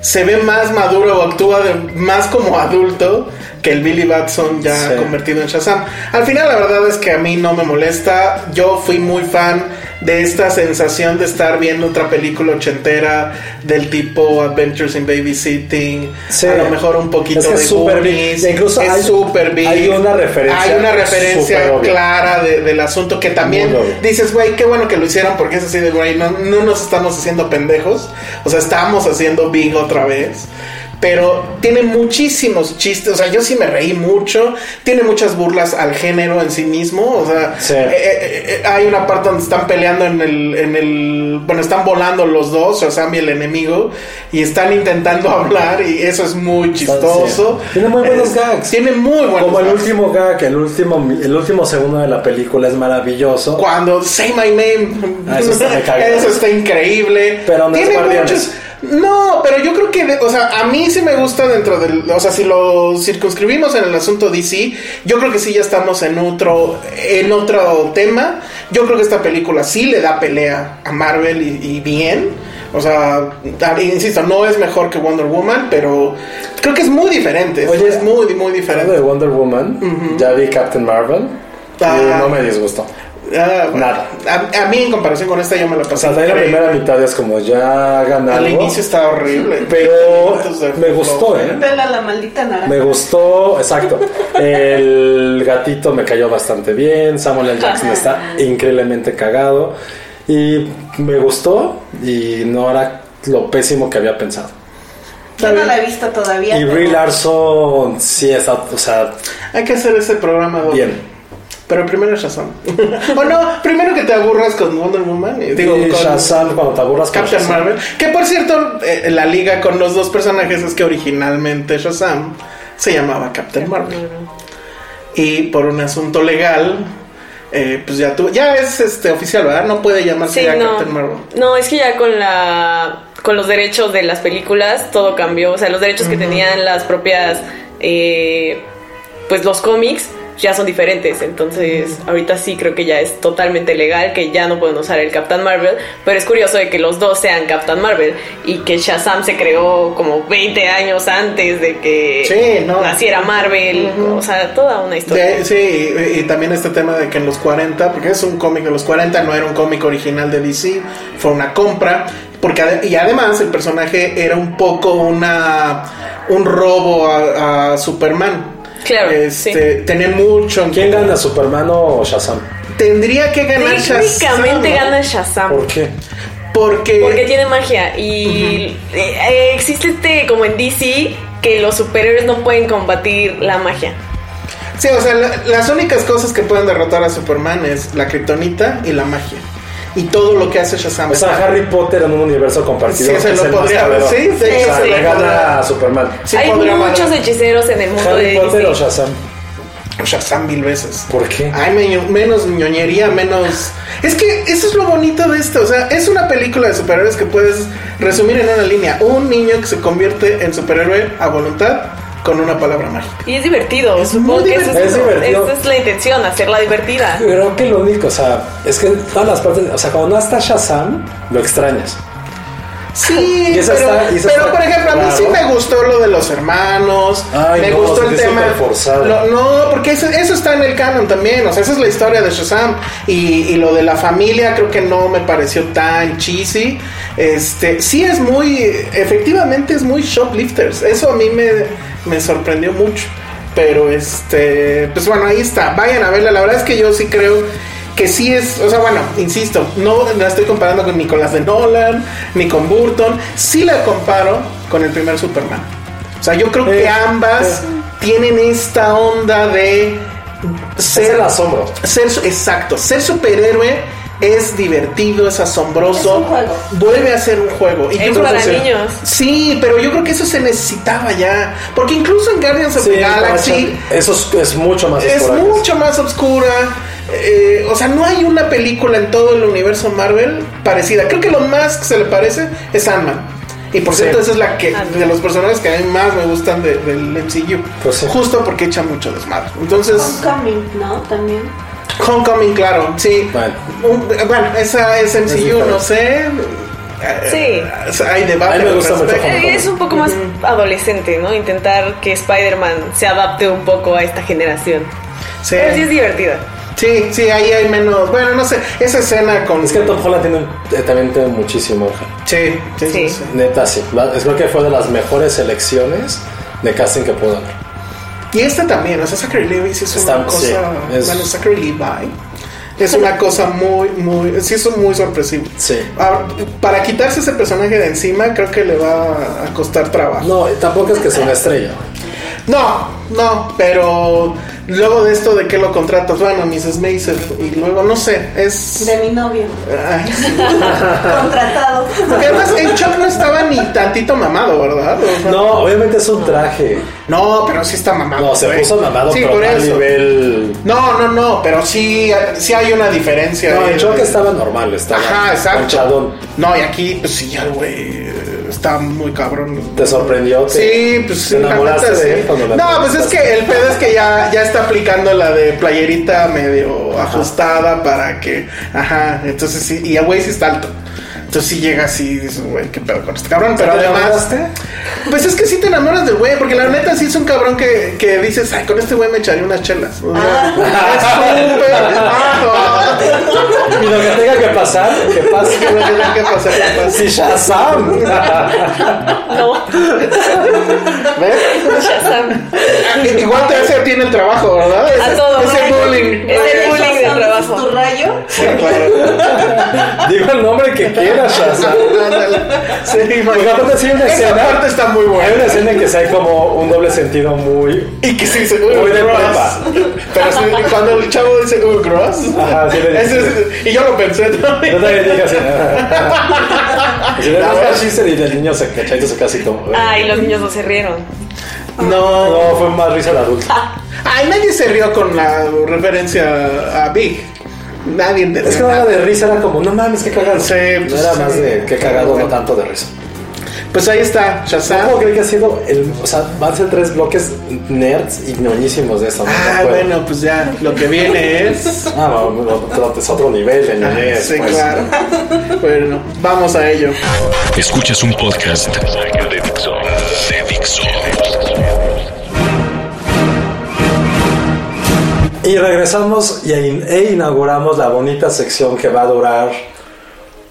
se ve más maduro o actúa de- más como adulto que el Billy Batson ya Sí. convertido en Shazam. Al final la verdad es que a mí no me molesta. Yo fui muy fan de esta sensación de estar viendo otra película ochentera del tipo Adventures in Babysitting. Sí. A lo mejor un poquito Es que de es súper big. Goonies. Incluso es hay- súper big. hay una referencia Hay una súper referencia obvia. clara de- del asunto que también Muy obvia. dices, güey, qué bueno que lo hicieron porque es así de, güey, no, no nos estamos haciendo pendejos. O sea, estamos haciendo Big otra vez. pero tiene muchísimos chistes, o sea, yo sí me reí mucho, tiene muchas burlas al género en sí mismo, o sea, Sí. eh, eh, eh, hay una parte donde están peleando en el, en el, bueno, están volando los dos, o sea, Sam y el enemigo, y están intentando hablar y eso es muy chistoso. sí. Tiene muy buenos gags. Tiene muy buenos Como el gags. último gag, el último, el último segundo de la película es maravilloso. Cuando Say My Name, Ah, eso está de cagada. Eso está increíble. Pero no es Tiene Guardianes. muchos. No, pero yo creo que, de- o sea, a mí sí me gusta dentro del, o sea, si lo circunscribimos en el asunto DC, yo creo que sí ya estamos en otro, en otro tema. Yo creo que esta película sí le da pelea a Marvel y, y bien. O sea, a- insisto, no es mejor que Wonder Woman, pero creo que es muy diferente. Oye, es muy, muy Hablando diferente. de Wonder Woman, ya vi Captain Marvel Ah. y no me disgustó. Ah, Nada. A, a mí en comparación con esta yo me la O pasé. sea, también la increíble. primera mitad es como ya ganado. Al inicio está horrible. Pero Entonces, de me fútbol. gustó, ¿eh? Vela la maldita naranja. Me gustó, exacto. El gatito me cayó bastante bien. Samuel L. Jackson está increíblemente cagado. Y me gustó y no era lo pésimo que había pensado. Yo no la he visto todavía. Y pero- Brie Larson sí está, o sea, Hay que hacer ese programa Doc. bien. Pero primero Shazam. o no, primero que te aburras con Wonder Woman. y- Digo, y con Shazam, cuando te aburras con Captain Shazam. Marvel. Que por cierto, eh, la liga con los dos personajes es que originalmente Shazam se llamaba Captain Marvel. Y por un asunto legal, eh, pues ya tú. Ya es este oficial, ¿verdad? No puede llamarse Sí, ya no. Captain Marvel. No, es que ya con la con los derechos de las películas todo cambió, o sea, los derechos que tenían las propias eh, pues los cómics ya son diferentes, entonces ahorita sí creo que ya es totalmente legal que ya no pueden usar el Captain Marvel, pero es curioso de que los dos sean Captain Marvel y que Shazam se creó como 20 años antes de que Sí, no. naciera Marvel, o sea, toda una historia. De- sí, y, y también este tema de que en los 40, porque es un cómic de los 40, no era un cómic original de DC, fue una compra, porque ade- y además el personaje era un poco una un robo a, a Superman. Claro, Este, tenía mucho. en ¿Quién común. gana, Superman o Shazam? Tendría que ganar Shazam, Técnicamente ¿no? gana Shazam. ¿Por qué? Porque, Porque tiene magia y eh, eh, existe este como en DC que los superhéroes no pueden combatir la magia. sí, o sea, la- las únicas cosas que pueden derrotar a Superman es la kriptonita y la magia. Y todo lo que hace Shazam. O sea, Harry Potter en un universo compartido. Sí, ese es lo el más podría- cabrón. sí, sí, O sea, sí, le sí. gana a Superman. Sí Hay podría muchos ganar hechiceros en el mundo Harry de Potter o DC. Shazam. Shazam mil veces. ¿Por qué? Ay, meño- menos ñoñería, menos. Es que eso es lo bonito de esto. O sea, es una película de superhéroes que puedes resumir en una línea. Un niño que se convierte en superhéroe a voluntad con una palabra mágica. Y es divertido, Es supongo muy que eso divertido. Es divertido. esa es la intención, hacerla divertida. Creo que lo único, o sea, es que todas las partes, o sea, cuando no está Shazam, lo extrañas. Sí, Y esa pero, está- y esa pero, está por ejemplo, a mí raro. sí me gustó lo de los hermanos. Ay, me no, gustó se el siente tema. superforzado. Lo- no, porque eso, eso está en el canon también. O sea, esa es la historia de Shazam. Y, y lo de la familia creo que no me pareció tan cheesy. Este, sí es muy, efectivamente es muy shoplifters. Eso a mí me, me sorprendió mucho. Pero este, pues bueno, ahí está. Vayan a verla. La verdad es que yo sí creo que sí es, o sea, bueno, insisto, no la estoy comparando con Nicolás de Nolan, ni con Burton. Sí la comparo con el primer Superman. O sea, yo creo que Eh, ambas eh. tienen esta onda de Es ser el asombro. ser su- exacto, ser superhéroe es divertido, es asombroso. Es un juego. Vuelve a ser un juego. Y yo Es creo que para se- niños. Sí, pero yo creo que eso se necesitaba ya. Porque incluso en Guardians of the Galaxy Eso es, es mucho más es esporádico. mucho más oscura. eh, o sea, no hay una película en todo el universo Marvel parecida. Creo que lo más que se le parece es Ant-Man. Y por Sí. cierto, esa es la que Ant-Man. de los personajes que a mí más me gustan de- del MCU. Pues sí. Justo porque echa mucho desmadre. Entonces, Homecoming, ¿no? También. Homecoming, claro, sí. Bueno. Un- bueno, esa es MCU, diferente. no sé. Sí. Eh, Hay debate. A mí me al gusta mucho respecto. Homecoming. Eh, Es un poco más adolescente, ¿no? Intentar que Spider-Man se adapte un poco a esta generación. Sí. Pero sí es divertida. sí, sí, ahí hay menos. Bueno, no sé. Esa escena con. Es que Tom Holland tiene, un- eh, también tiene muchísimo. Sí, sí, sí. Sí. sí. Neta, sí. La- es- Creo que fue de las mejores elecciones de casting que pudo haber. Y esta también, o sea, Zachary Levi sí es una Está- cosa. sí, es- Bueno, Zachary Levi. es una cosa muy, muy, sí es muy sorpresivo. Sí. Ahora, para quitarse ese personaje de encima, creo que le va a costar trabajo. No, tampoco es que sea una estrella. No, no, pero luego de esto de que lo contratas, bueno, Mrs. Maisel, y luego no sé, es. De mi novio. Ay, sí. Contratado. Porque además el Chuck no estaba ni tantito mamado, ¿verdad? O sea, No, obviamente es un traje. no, pero sí está mamado. No, se güey. puso mamado, Ah. Sí, pero por no a eso. nivel. No, no, no, pero sí, sí hay una diferencia. No, de- el choque estaba normal, estaba Ajá, exacto. ponchadón. No, y aquí, pues sí, ya, güey, está muy cabrón. ¿Te sorprendió? ¿Te- Sí, pues ¿Te enamoraste la neta, de sí. él cuando la No, pues es que el pedo es que ya, ya está aplicando la de playerita medio ajustada para que. Ajá, entonces sí. Y el güey sí está alto. Entonces sí llega así y dices, güey, qué pedo con este cabrón. Pero ¿Te además. enamoraste? Pues es que sí te enamoras del güey, porque la neta sí es un cabrón que, que dices, ay, con este güey me echaré unas chelas. O sea, es súper bajo. Y lo que tenga que pasar, que pase. Que no tenga que pasar, que pase. Sí, Shazam. No, ¿Ves? ¿Eh? Igual te hace a ti en el trabajo, ¿verdad? a Ese- todo. Ese bullying. Es el bullying de ¿Tu trabajo. rayo? Sí, claro. Digo el nombre que quiera, Shazam. Ándale. Sí, Porque aparte sí hay una Esa escena. parte está muy Hay una buena. escena en que sí hay como un doble sentido muy. Y que sí, se Muy Uy, de gross. prepa. Pero sí, cuando el chavo dice Uy, gross. Ajá, sí le Ese es- y yo lo pensé No también. te digas así. Y si le das el chiste y el niño se cachó y se casi como. Ay, los niños no se rieron. No. No, fue más risa la adulta. Ay, nadie se rió con la referencia a Big. Nadie entendió. Es que no era de risa, era como, no mames, qué cagado. Sí, no pues, era sí. más de qué cagado, no tanto de risa. Pues ahí está, Shazam. ¿Cómo creen que ha sido? El, o sea, van a ser tres bloques nerds y ñoñísimos de esto. ¿no? Ah, No puedo. bueno, pues ya, lo que viene es. Ah, no, no, no, es otro nivel de ñoñez. Sí, pues. claro. Bueno, vamos a ello. Escuchas un podcast de Dixo. De Dixo. Y regresamos y in- e inauguramos la bonita sección que va a durar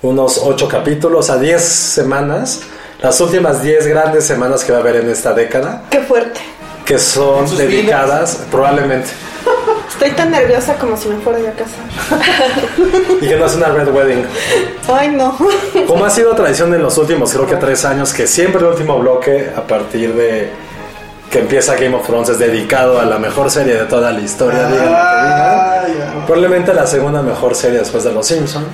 unos ocho capítulos a 10 semanas. Las últimas 10 grandes semanas que va a haber en esta década, Qué fuerte. que son sus dedicadas probablemente. Estoy tan nerviosa como si me fuera yo a casar. Y que no es una Red Wedding. Ay, no. Como ha sido tradición en los últimos, creo que tres años, que siempre el último bloque, a partir de que empieza Game of Thrones, es dedicado a la mejor serie de toda la historia. digan lo que digan. Ah, ya. Probablemente la segunda mejor serie después de Los Simpsons,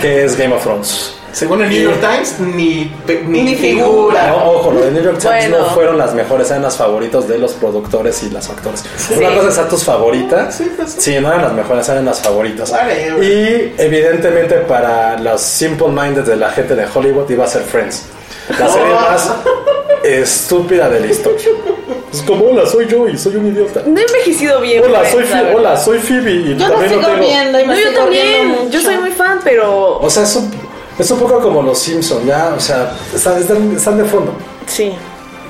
que es Game of Thrones. Según el New York Times, ni, pe- ni, Ni figura. figura. No, ojo, lo de New York Times Bueno. no fueron las mejores, eran las favoritas de los productores y las actores. Una Sí. cosa es a tus favoritas. Sí, pues, sí. Sí, no eran las mejores, eran las favoritas. Vale, Y evidentemente para los simple minded de la gente de Hollywood iba a ser Friends. La serie más estúpida de la historia. Es como, hola, soy yo y soy un idiota. No he envejecido bien. Hola, pues, soy, la Phoe- verdad. hola, soy Phoebe y Yo lo también sigo lo tengo. viendo y me No, yo sigo riendo también. mucho. Yo soy muy fan, pero. O sea, es un, es un poco como los Simpsons, ya, o sea, están, están- están de fondo. Sí.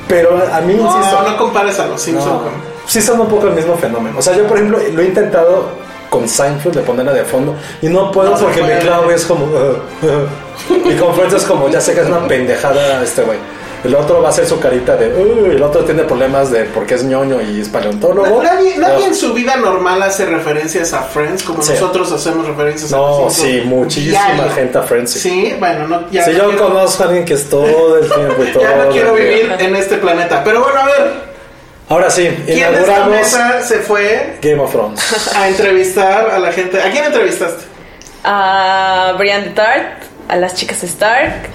Pero a mí, No, insisto, no compares a los Simpsons No, sí son un poco el mismo fenómeno. O sea, yo por ejemplo lo he intentado con Seinfeld de ponerla de fondo y no puedo No se porque mi puede. clave es como y con Friends es como ya sé que es una pendejada este güey. El otro va a hacer su carita de "Uy", el otro tiene problemas de porque es ñoño y es paleontólogo. con. Nadie, nadie No. en su vida normal hace referencias a Friends como Sí. nosotros hacemos referencias a No, los Simpsons. sí, muchísima Diario. gente a Friends. Sí. Sí, bueno, no, ya si no yo quiero- conozco a alguien que es todo el tiempo y todo. Ya no el quiero día. vivir en este planeta. Pero bueno, a ver, Ahora sí, ¿quién de esta inauguramos mesa se fue Game of Thrones. a entrevistar a la gente? ¿A quién entrevistaste? A Brian de Tart, a las chicas Stark,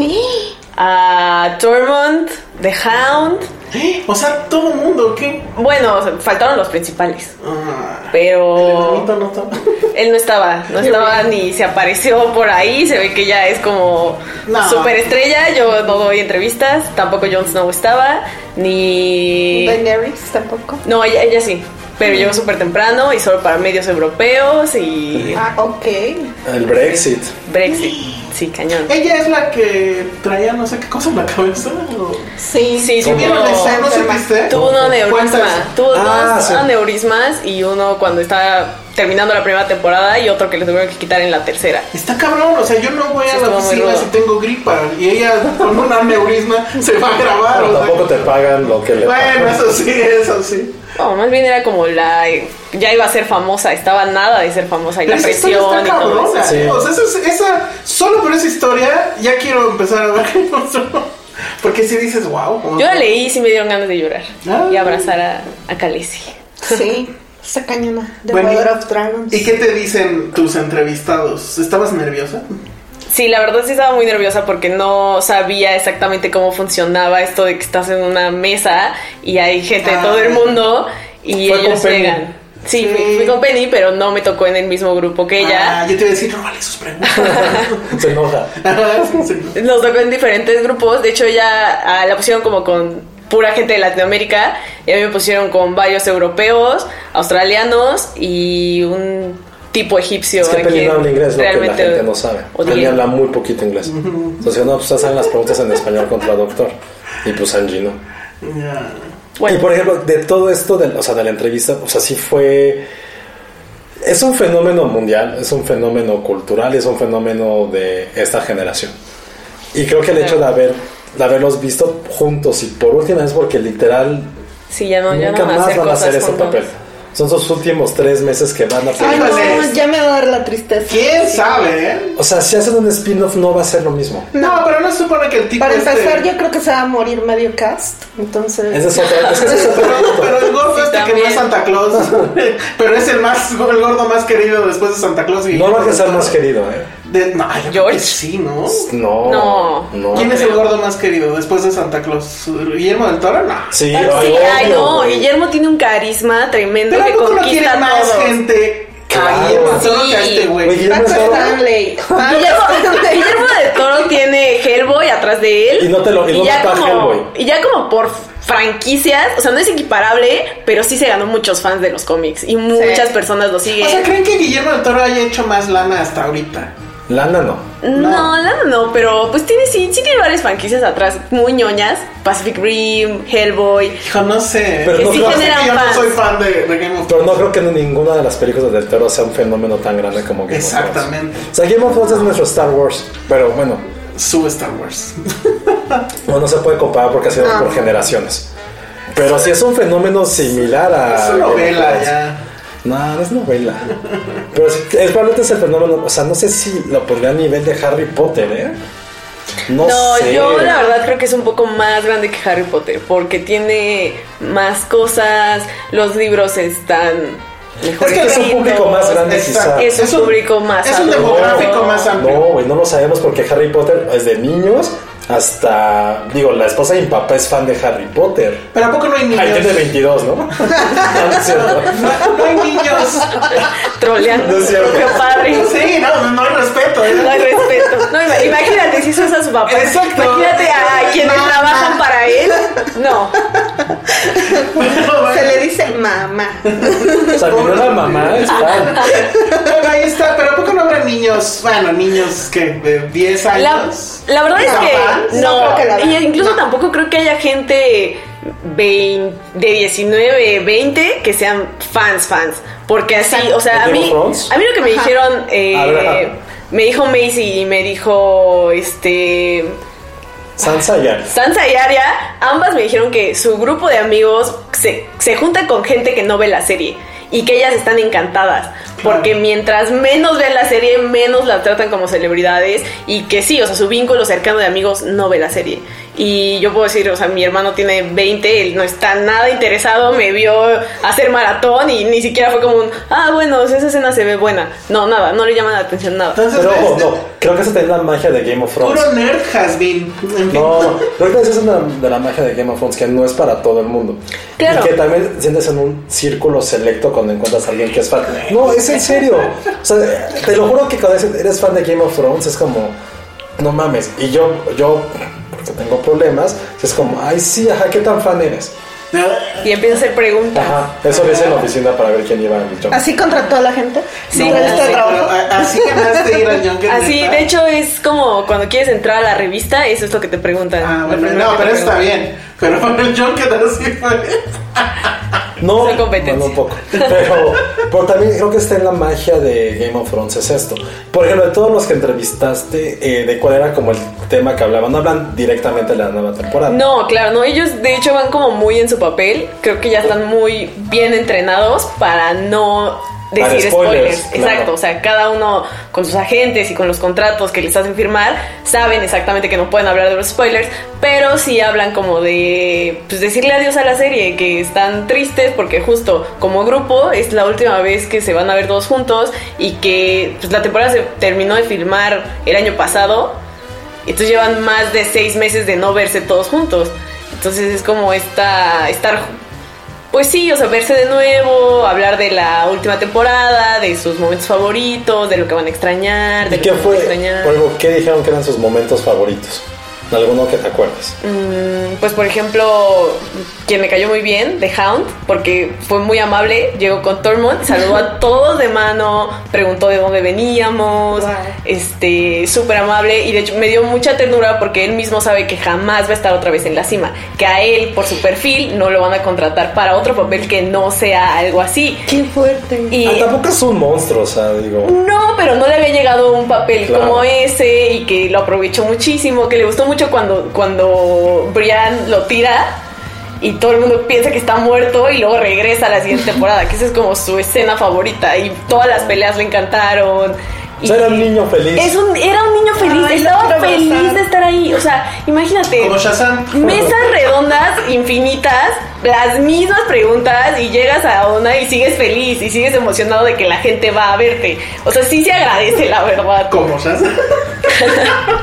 a Tormund, The Hound. ¡Eh! O sea, todo el mundo, ¿qué? Bueno, o sea, faltaron los principales, Ah, pero no, no, no. él no estaba, no estaba ni se apareció por ahí. Se ve que ya es como No. superestrella. Yo no doy entrevistas, tampoco Jon Snow estaba, ni. Daenerys tampoco. No, ella, ella sí, pero Mm. llegó súper temprano y solo para medios europeos y Ah, ok. El Brexit. Brexit. Sí, cañón. Ella es la que traía no sé qué cosa en la cabeza. ¿o? Sí. Sí, sí, ¿Sí vieron tuvo- eso? ¿No se viste? Tuvo un aneurisma. Cuentas. Tuvo Ah, dos sí. aneurismas y uno cuando estaba terminando la primera temporada y otro que le tuvieron que quitar en la tercera. Está cabrón, o sea, yo no voy a Sí, la estuvo muy oficina rudo. si tengo gripa y ella con un aneurisma se va a grabar. Pero o sea, tampoco te pagan lo que le Bueno, pagan. eso sí, eso sí. No, más bien era como la. Ya iba a ser famosa, estaba nada de ser famosa y la Esa historia presión está y todo cabrona. eso. Sí. ¿no? O sea, esa, esa- solo por esa historia ya quiero empezar a ver qué pasó. Porque si dices, wow. Yo la leí y sí me dieron ganas de llorar Ah. y abrazar a, a Khaleesi. Sí, esa cañona de Bueno, Mother of Dragons. ¿Y qué te dicen tus entrevistados? ¿Estabas nerviosa? Sí, la verdad sí estaba muy nerviosa porque no sabía exactamente cómo funcionaba esto de que estás en una mesa y hay gente de Ah. todo el mundo y Fue con ellos Penny. llegan. Sí, Sí. Fui, fui con Penny, pero no me tocó en el mismo grupo que ella. Ah, yo te iba a decir, róbale sus preguntas. Se enoja. Sí. Nos tocó en diferentes grupos. De hecho, ya ah, la pusieron como con pura gente de Latinoamérica. Y a mí me pusieron con varios europeos, australianos y un tipo egipcio. Es que a Penny quien no habla inglés, lo que la realmente gente no sabe. odié. Penny habla muy poquito inglés. Entonces, no, pues hacen las preguntas en español con traductor. Y pues Angie no. Ya. Bueno. Y por ejemplo, de todo esto, del- o sea, de la entrevista, o sea, sí fue... Es un fenómeno mundial, es un fenómeno cultural, es un fenómeno de esta generación. Y creo que el hecho de, haber, de haberlos visto juntos y por última vez, porque literal Sí, ya no, ya nunca no van a más hacer van a cosas hacer ese juntos. papel. Son sus últimos tres meses que van a hacer. Ay, no. No, ya me va a dar la tristeza. ¿Quién sabe? eh? O sea, si hacen un spin-off no va a ser lo mismo. No, pero no se supone que el tipo Para este- empezar, yo creo que se va a morir medio cast, entonces... Ese es otro, ese es otro Pero, punto. pero el gordo Sí, este que no es también. Santa Claus, pero es el más el gordo más querido después de Santa Claus. Y No va a ser más querido, ¿eh? De- no, yo creo que George. Sí, ¿no? No. No. no. ¿Quién es el gordo más querido después de Santa Claus? ¿Guillermo del Toro? No. Sí, Sí, ay, no, güey. Guillermo tiene un carisma tremendo Pero que tampoco lo quiere conquista a más todos. gente Claro. a Guillermo del Toro que a Sí. este güey. Güey, Guillermo Paco del Toro. Stanley. Guillermo, Guillermo de Toro tiene Hellboy atrás de él. Y no te lo- y no ya mata a como, Hellboy. Y ya como por franquicias, o sea, no es equiparable, pero sí se ganó muchos fans de los cómics y muchas personas lo siguen. O sea, ¿creen que Guillermo del Toro haya hecho más lana hasta ahorita? Lana no. no, no, no, pero pues tiene sí, sí tiene varias franquicias atrás, muy ñoñas, Pacific Rim, Hellboy. Hijo, no sé. eh. Pero Que no sí creo- generan yo no fans. soy fan de, de Game Pero of Thrones. no creo que ninguna de las películas del terror sea un fenómeno tan grande como Game Exactamente. of Thrones. O sea, Game of Thrones es nuestro Star Wars. Pero bueno, Su Star Wars. no, no se puede comparar porque ha sido Ah. por generaciones. Pero sí es un fenómeno similar a. Es Game una of novela Thrones. ya. No, no es novela. Pero sí, es, probablemente es el fenómeno. O sea, no sé si lo pondría a nivel de Harry Potter, ¿eh? No, No, sé. yo la verdad creo que es un poco más grande que Harry Potter porque tiene más cosas, los libros están mejor Es que es un escritos. público más grande, Exacto. quizá. Es un público más Es un adulto. demográfico más amplio. No, güey, no lo sabemos porque Harry Potter es de niños hasta. Digo, la esposa de mi papá es fan de Harry Potter. Pero ¿a poco no hay niños? Ahí tiene 22, ¿no? No, no es cierto. No, no hay niños. troleando. No es cierto. Qué padre. Sí, no, no hay respeto. ¿eh? No hay respeto. No, ima- imagínate si eso es a su papá. Exacto. Imagínate a quienes No, trabajan no. para él. No. Pero bueno. Se le dice mamá. O sea, mi nueva mamá es fan. Bueno, ahí está, pero ¿a poco no habrá niños? Bueno, niños que de 10 La, años. la verdad es No, que ¿verdad? no. No creo que la Y vean. incluso No. tampoco creo que haya gente vein- de 19, 20 que sean fans, fans. Porque así, o sea, a ¿De Game mí, of Thrones? a mí lo que me dijeron, eh, A ver, ajá. me dijo Macy y me dijo este Sansa y Aria. Sansa y Aria, ambas me dijeron que su grupo de amigos se, se junta con gente que no ve la serie y que ellas están encantadas. Porque mientras menos vean la serie, menos la tratan como celebridades y que sí, o sea, su vínculo cercano de amigos no ve la serie. Y yo puedo decir, o sea, mi hermano tiene 20, él no está nada interesado, me vio hacer maratón y ni siquiera fue como un, ah, bueno, esa escena se ve buena. No, nada, no le llama la atención nada. Entonces, Pero ojo, este, no. Creo que esa también es la magia de Game of Thrones. puro nerd has been. En fin. No, creo que esa es una de la magia de Game of Thrones que no es para todo el mundo. Claro. Y que también sientes en un círculo selecto cuando encuentras a alguien que es fan. No, es en serio. O sea, te lo juro que cuando dices, eres fan de Game of Thrones es como, no mames. Y yo, yo, porque tengo problemas, es como, ay, sí, ajá, ¿qué tan fan eres? Y empieza a hacer preguntas. Ajá, eso lo hice en la oficina para ver quién iba al show. ¿Así contrató a la gente? Sí, ¿Para No, este pero trabajo? a- Así ganaste ir al Junket. Así, ¿neta? Ah, de hecho, es como cuando quieres entrar a la revista, eso es lo que te preguntan. Ah, Lo bueno, primero no, que te pero está preguntan. bien. Pero el Junket así fue. No, Son competencia. bueno, un poco. Pero, pero también creo que está en la magia de Game of Thrones es esto. Por ejemplo, de todos los que entrevistaste, eh, de cuál era como el tema que hablaban, no hablan directamente de la nueva temporada. No, claro, no. Ellos de hecho van como muy en su papel. Creo que ya están muy bien entrenados para no Para decir spoilers, spoilers. claro. Exacto. O sea, cada uno con sus agentes y con los contratos que les hacen firmar saben exactamente que no pueden hablar de los spoilers, pero sí hablan como de pues decirle adiós a la serie, que están tristes porque justo como grupo es la última vez que se van a ver todos juntos y que pues, la temporada se terminó de filmar el año pasado. Entonces llevan más de seis meses de no verse todos juntos. Entonces es como esta, estar, pues sí, o sea, verse de nuevo, hablar de la última temporada, de sus momentos favoritos, de lo que van a extrañar, de ¿Y qué lo que van a fue? extrañar. Por ejemplo, ¿Qué dijeron que eran sus momentos favoritos? ¿Alguno que te acuerdes? Mm, Pues por ejemplo, quien me cayó muy bien, The Hound, porque fue muy amable, llegó con Tormund, saludó a todos de mano, preguntó de dónde veníamos, Wow. este, súper amable y de hecho me dio mucha ternura porque él mismo sabe que jamás va a estar otra vez en la cima, que a él por su perfil no lo van a contratar para otro papel que no sea algo así. Qué fuerte. Y Ah, tampoco es un monstruo, o sea, digo. no, pero no le había llegado un papel Claro. como ese y que lo aprovechó muchísimo, que le gustó mucho cuando, cuando Brian lo tira y todo el mundo piensa que está muerto y luego regresa a la siguiente temporada, que esa es como su escena favorita y todas las peleas le encantaron. O Y sea, era un niño feliz. es un- era un niño feliz, Ay, lo estaba quiero feliz abrazar. de estar ahí. O sea, imagínate. Como Shazam. Mesas redondas, infinitas, las mismas preguntas y llegas a una y sigues feliz y sigues emocionado de que la gente va a verte. O sea, sí se agradece, la verdad. Como Shazam. Y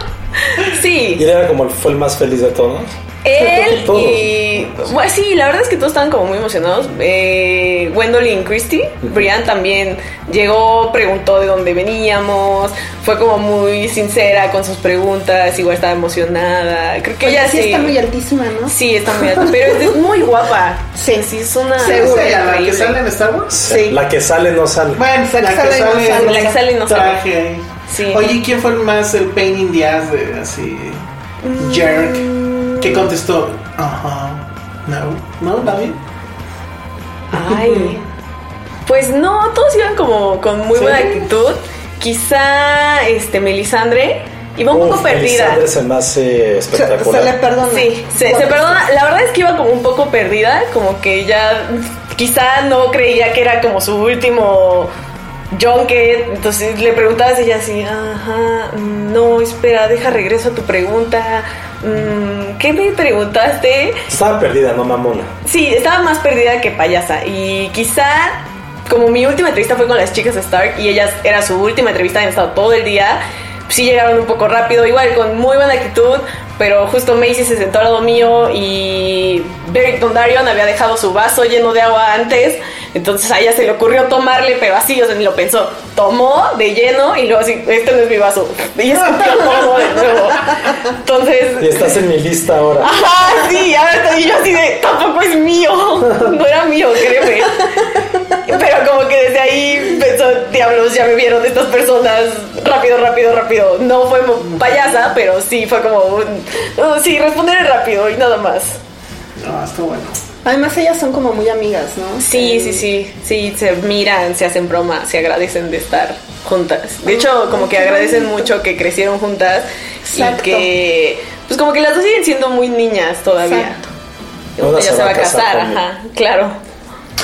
Sí, él era como el, fue el más feliz de todos. él Todos. y... Bueno, sí, la verdad es que todos estaban como muy emocionados. Eh, Gwendolyn Christie, Brian también llegó, preguntó de dónde veníamos, fue como muy sincera con sus preguntas, igual estaba emocionada. Creo que Oye, ella sí sí... está muy altísima, ¿no? Sí, está muy alta, pero es, es muy guapa. Sí. sí Ah, es una. Seguro. ¿Es ella la que increíble. sale en Star Wars? Sí. La que sale no sale. Bueno, La que sale y no sale. La que sale y no sale. traje ahí. Sí. Oye, ¿y ¿quién fue el más el pain in the ass de así? Jerk. Que contestó, ajá, no, no, David. Ay. Pues no, todos iban como con muy Sí. buena actitud. Quizá este Melisandre iba un poco Uf, perdida. Melisandre se me hace Se, se espectacular. le perdona. Sí, se, se perdona. La verdad es que iba como un poco perdida, como que ya quizá no creía que era como su último junket. Entonces le preguntabas y ella así, ajá, mm, no, espera, deja regreso a tu pregunta. Mm, ¿Qué me preguntaste? Estaba perdida, no mamona. Sí, estaba más perdida que payasa. Y quizá, como mi última entrevista fue con las chicas Stark y ellas era su última entrevista, han estado todo el día. Sí llegaron un poco rápido, igual con muy buena actitud, pero justo Macy se sentó al lado mío y Beric Dondarrion había dejado su vaso lleno de agua antes, entonces a ella se le ocurrió tomarle, pero así, o sea, ni lo pensó. Tomó de lleno y luego así, este no es mi vaso. Y escupió todo de nuevo. Entonces... Y estás en mi lista ahora. Ajá, sí, ahora y yo así de, tampoco es mío, no era mío, créeme. Pero como que desde ahí pensó, diablos, ya me vieron estas personas, rápido, rápido, rápido. No fue mo- payasa, pero sí fue como, un, "Oh, sí, responderé rápido y nada más. No, está bueno. Además, ellas son como muy amigas, ¿no? Sí, sí, sí, sí, se miran, se hacen broma, se agradecen de estar juntas. De hecho, como que agradecen mucho que crecieron juntas Exacto. y que, pues como que las dos siguen siendo muy niñas todavía. Exacto. Ella se va a casar, ajá, claro.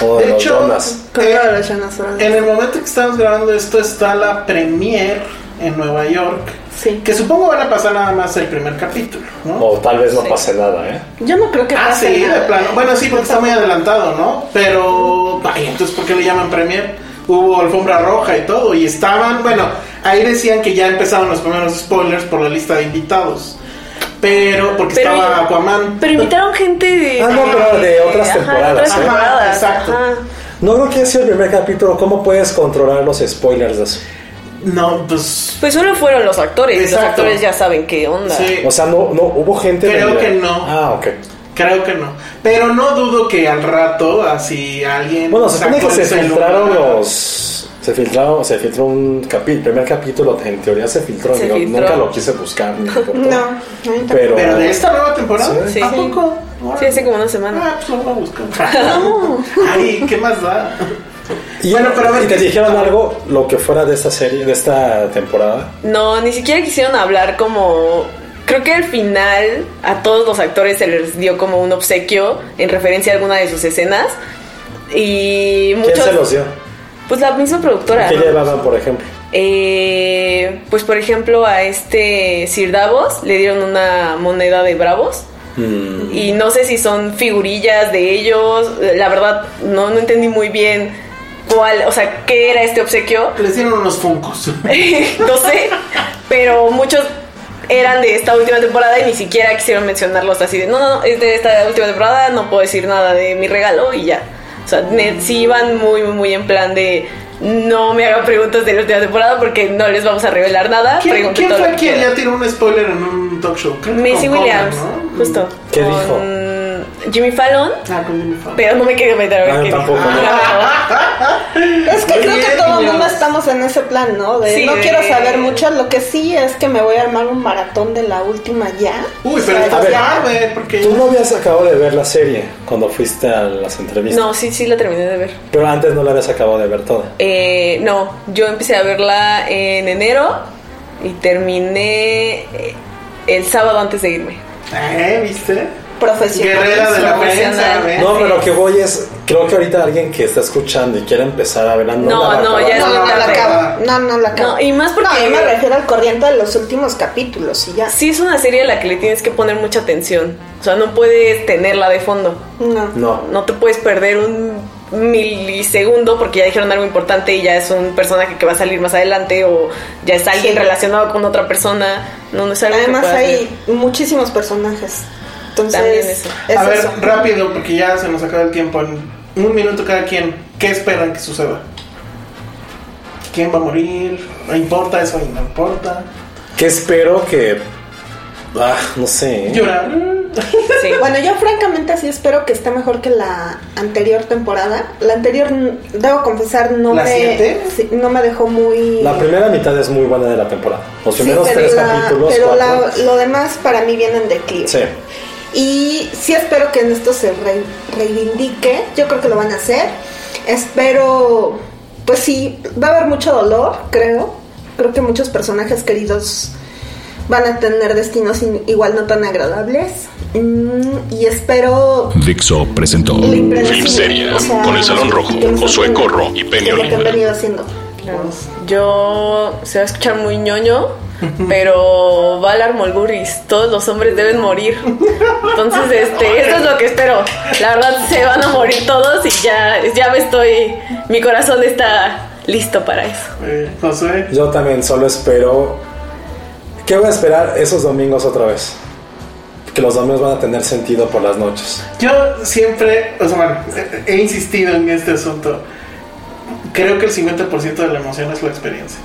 O de, De hecho, donas. Con eh, una de las Jonas Brothers. en el momento que estamos grabando esto está la premiere en Nueva York. Sí. Que supongo van a pasar nada más el primer capítulo, ¿no? O tal vez no Sí. pase nada, ¿eh? Yo no creo que Ah, pase sí, de nada. plano. Bueno, sí, porque está muy adelantado, ¿no? Pero, ay, entonces, ¿por qué le llaman Premier? Hubo alfombra roja y todo, y estaban, bueno, ahí decían que ya empezaban los primeros spoilers por la lista de invitados. Pero, porque Pero- estaba Aquaman. Pero invitaron gente de. Ah, no, pero de otras ajá, de temporadas, otras ¿eh? temporadas, Ajá, exacto. ajá. No creo que haya sido el primer capítulo. ¿Cómo puedes controlar los spoilers de eso? No, pues, Pues solo fueron los actores. Exacto. Los actores ya saben qué onda. sí, O sea, no, no hubo gente. Creo de- que no. Ah, ok. creo que no. Pero no dudo que al rato, así alguien. Bueno, se supone sacó que se el celular. filtraron los. Se filtró, se filtró un capítulo, el primer capítulo en teoría se filtró, Se digo, filtró. nunca lo quise buscar, ni me importó. No, pero, Pero de esta nueva temporada, Sí. ¿a poco? Sí, hace como una semana. Ah, pues lo voy a buscar. Ay, ¿qué más da? y, bueno, pero a ver, te dijeron algo, lo que fuera de esta serie, de esta temporada. No, ni siquiera quisieron hablar como... Creo que al final a todos los actores se les dio como un obsequio en referencia a alguna de sus escenas. Y ¿Quién muchos... se los dio? Pues la misma productora. ¿Qué ¿no? llevaban, por ejemplo? Eh, pues por ejemplo a este Sir Davos le dieron una moneda de Bravos. Y no sé si son figurillas de ellos. La verdad, no, no entendí muy bien cuál, o sea, qué era este obsequio. Les dieron unos funcos. no sé, pero muchos eran de esta última temporada y ni siquiera quisieron mencionarlos así de no, no, no, es de esta última temporada, no puedo decir nada de mi regalo y ya. O sea, net, sí iban muy, muy, muy en plan de no me hagan preguntas de la última temporada porque no les vamos a revelar nada. ¿Quién, pregunten quién todo lo fue que quien quieran". ya tiró un spoiler en un talk show? Creo que Macy con Williams, Conan, ¿no? justo. ¿Qué con Jimmy Fallon, Ah, con Jimmy Fallon. pero no me quiero meter Ah, a ver Ah, qué tampoco, dijo. no. Es que Muy creo bien, que todo el niños. mundo estamos en ese plan, ¿no? De Sí, no de- quiero saber mucho. Lo que sí es que me voy a armar un maratón de la última ya. Uy, O pero sea, está ver. tarde, porque... Tú no habías acabado de ver la serie cuando fuiste a las entrevistas. No, sí, sí la terminé de ver. Pero antes no la habías acabado de ver toda. Eh, no, yo empecé a verla en enero y terminé eh, el sábado antes de irme. ¿Eh? ¿Viste? Profesional. Guerrera de la Profesional. prensa, ¿ves? No, pero lo que voy es, creo que ahorita alguien que está escuchando y quiere empezar a verla, no, No, la va a no, acabar. ya No, no, no la acabo. No, no la acabo. No, y más porque- No, yo me refiero al corriente de los últimos capítulos y ya. Sí es una serie a la que le tienes que poner mucha atención. O sea, no puedes tenerla de fondo. No. No. No te puedes perder un milisegundo porque ya dijeron algo importante y ya es un personaje que va a salir más adelante o ya es alguien Sí. relacionado con otra persona. No, no es algo que Además puedas hay ver. muchísimos personajes. Entonces, También eso. es a ver, eso. rápido, porque ya se nos acaba el tiempo. En un minuto cada quien, ¿qué esperan que suceda? ¿Quién va a morir? ¿No importa eso? ¿No importa? Que espero que... Ah, no sé. ¿eh? Llorar. Sí. Bueno, yo francamente sí espero que esté mejor que la anterior temporada. La anterior, n- debo confesar, no, ¿La me, siete? sí, no me dejó muy... La primera mitad es muy buena de la temporada. Los Sí, primeros pero tres la- capítulos, Pero la- cuatro. lo demás para mí viene en declive. Sí. Y sí espero que en esto se re- reivindique. Yo creo que lo van a hacer. Espero, pues sí, va a haber mucho dolor, creo. Creo que muchos personajes queridos van a tener destinos in- igual no tan agradables. Mm, y espero Dixo presentó lo impredecible, Film Seria o sea, con el Salón Rojo, que nos Josué sorprenda Corro y Penny de Lo que han Oliva. venido haciendo. Yo se va a escuchar muy ñoño, pero Valar Molguris, todos los hombres deben morir. Entonces, este, esto es lo que espero. La verdad se van a morir todos y ya, ya me estoy, mi corazón está listo para eso. Eh, Josué. Yo también solo espero... ¿Qué voy a esperar esos domingos otra vez? Que los domingos van a tener sentido por las noches. Yo siempre, o sea, bueno, he- he insistido en este asunto. Creo que el 50% de la emoción es la experiencia.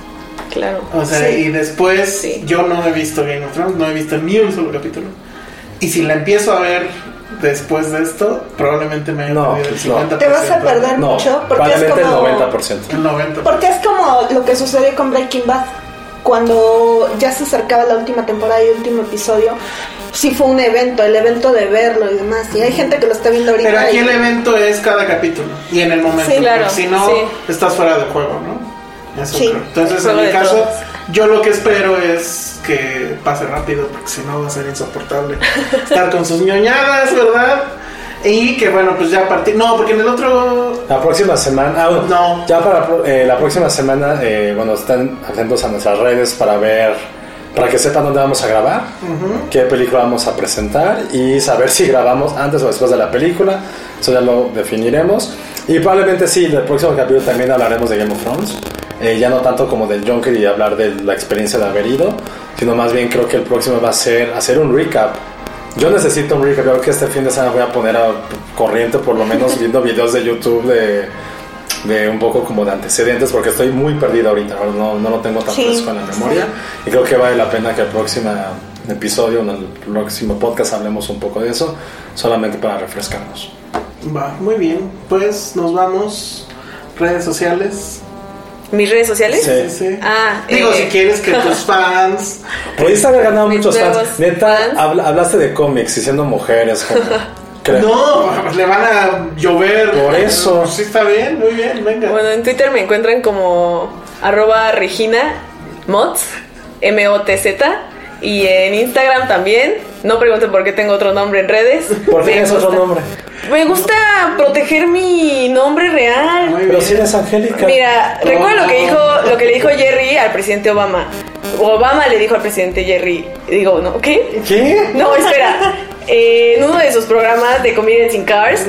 Claro. O sea, Sí. y después Sí. yo no he visto Game of Thrones, no he visto ni un solo capítulo. Y si la empiezo a ver después de esto, probablemente me haya No, perdido el pues no. 50%. Te vas a perder No, mucho porque es probablemente como... el 90%. El 90%. Porque es como lo que sucedió con Breaking Bad. Cuando ya se acercaba la última temporada y último episodio, sí fue un evento, el evento de verlo y demás. Y hay gente que lo está viendo ahorita. Pero aquí y- el evento es cada capítulo y en el momento. Sí, claro, porque si no, sí. estás fuera de juego, ¿no? Eso Sí. creo. Entonces, en Fuera mi de caso, todos. yo lo que espero es que pase rápido, porque si no va a ser insoportable estar con sus ñoñadas, ¿verdad? Y que bueno, pues ya a partir. No, porque en el otro. La próxima semana, ah, bueno, No. ya para pro- eh, la próxima semana, eh, bueno, están atentos a nuestras redes para ver, para que sepan dónde vamos a grabar, qué película vamos a presentar y saber si grabamos antes o después de la película. Eso ya lo definiremos. Y probablemente sí, en el próximo capítulo también hablaremos de Game of Thrones. Eh, ya no tanto como del Junker y hablar de la experiencia de haber ido, sino más bien creo que el próximo va a ser hacer un recap yo necesito un recap. Yo creo que este fin de semana voy a poner a corriente, por lo menos viendo videos de YouTube de, de un poco como de antecedentes, porque estoy muy perdido ahorita. ahora No, no lo tengo tan Sí, fresco en la sí. memoria. Y creo que vale la pena que el próximo episodio, en el próximo podcast, hablemos un poco de eso, solamente para refrescarnos. Va, muy bien. Pues nos vamos. Redes sociales. ¿Mis redes sociales? Sí. Sí. Ah, Digo, si eh. quieres que tus fans. Pudiste haber ganado Mis muchos fans. nuevos Neta, fans. habla- hablaste de cómics y siendo mujeres, como, creo. No, le van a llover. Pues, Por eso. Sí, está bien, muy bien, venga. Bueno, en Twitter me encuentran como arroba Regina Motz, M-O-T-Z. Y en Instagram también. No pregunten por qué tengo otro nombre en redes. ¿Por Me qué es otro gusta- nombre? Me gusta proteger mi nombre real. Pero si eres Angélica. Mira, recuerda lo que dijo, lo que le dijo Jerry al presidente Obama. Obama le dijo al presidente Jerry. Digo, ¿no? ¿Qué? ¿Qué? No, espera. Eh, en uno de sus programas de Comedians in Cars,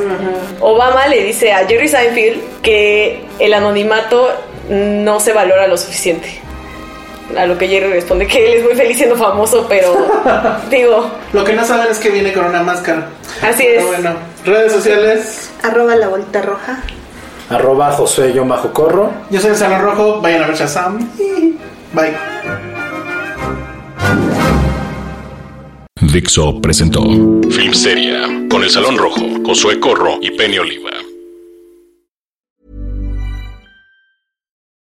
Obama le dice a Jerry Seinfeld que el anonimato no se valora lo suficiente. A lo que Jerry responde que él es muy feliz siendo famoso, pero digo, Lo que no saben es que viene con una máscara. así es. Pero bueno, redes sociales. Arroba la bolita roja. Arroba Josué yo bajo corro. Yo soy el Salón Rojo. Vayan a ver Shazam. Bye. Dixo presentó Film Seria con El Salón Rojo, Josué Corro y Penny Oliva.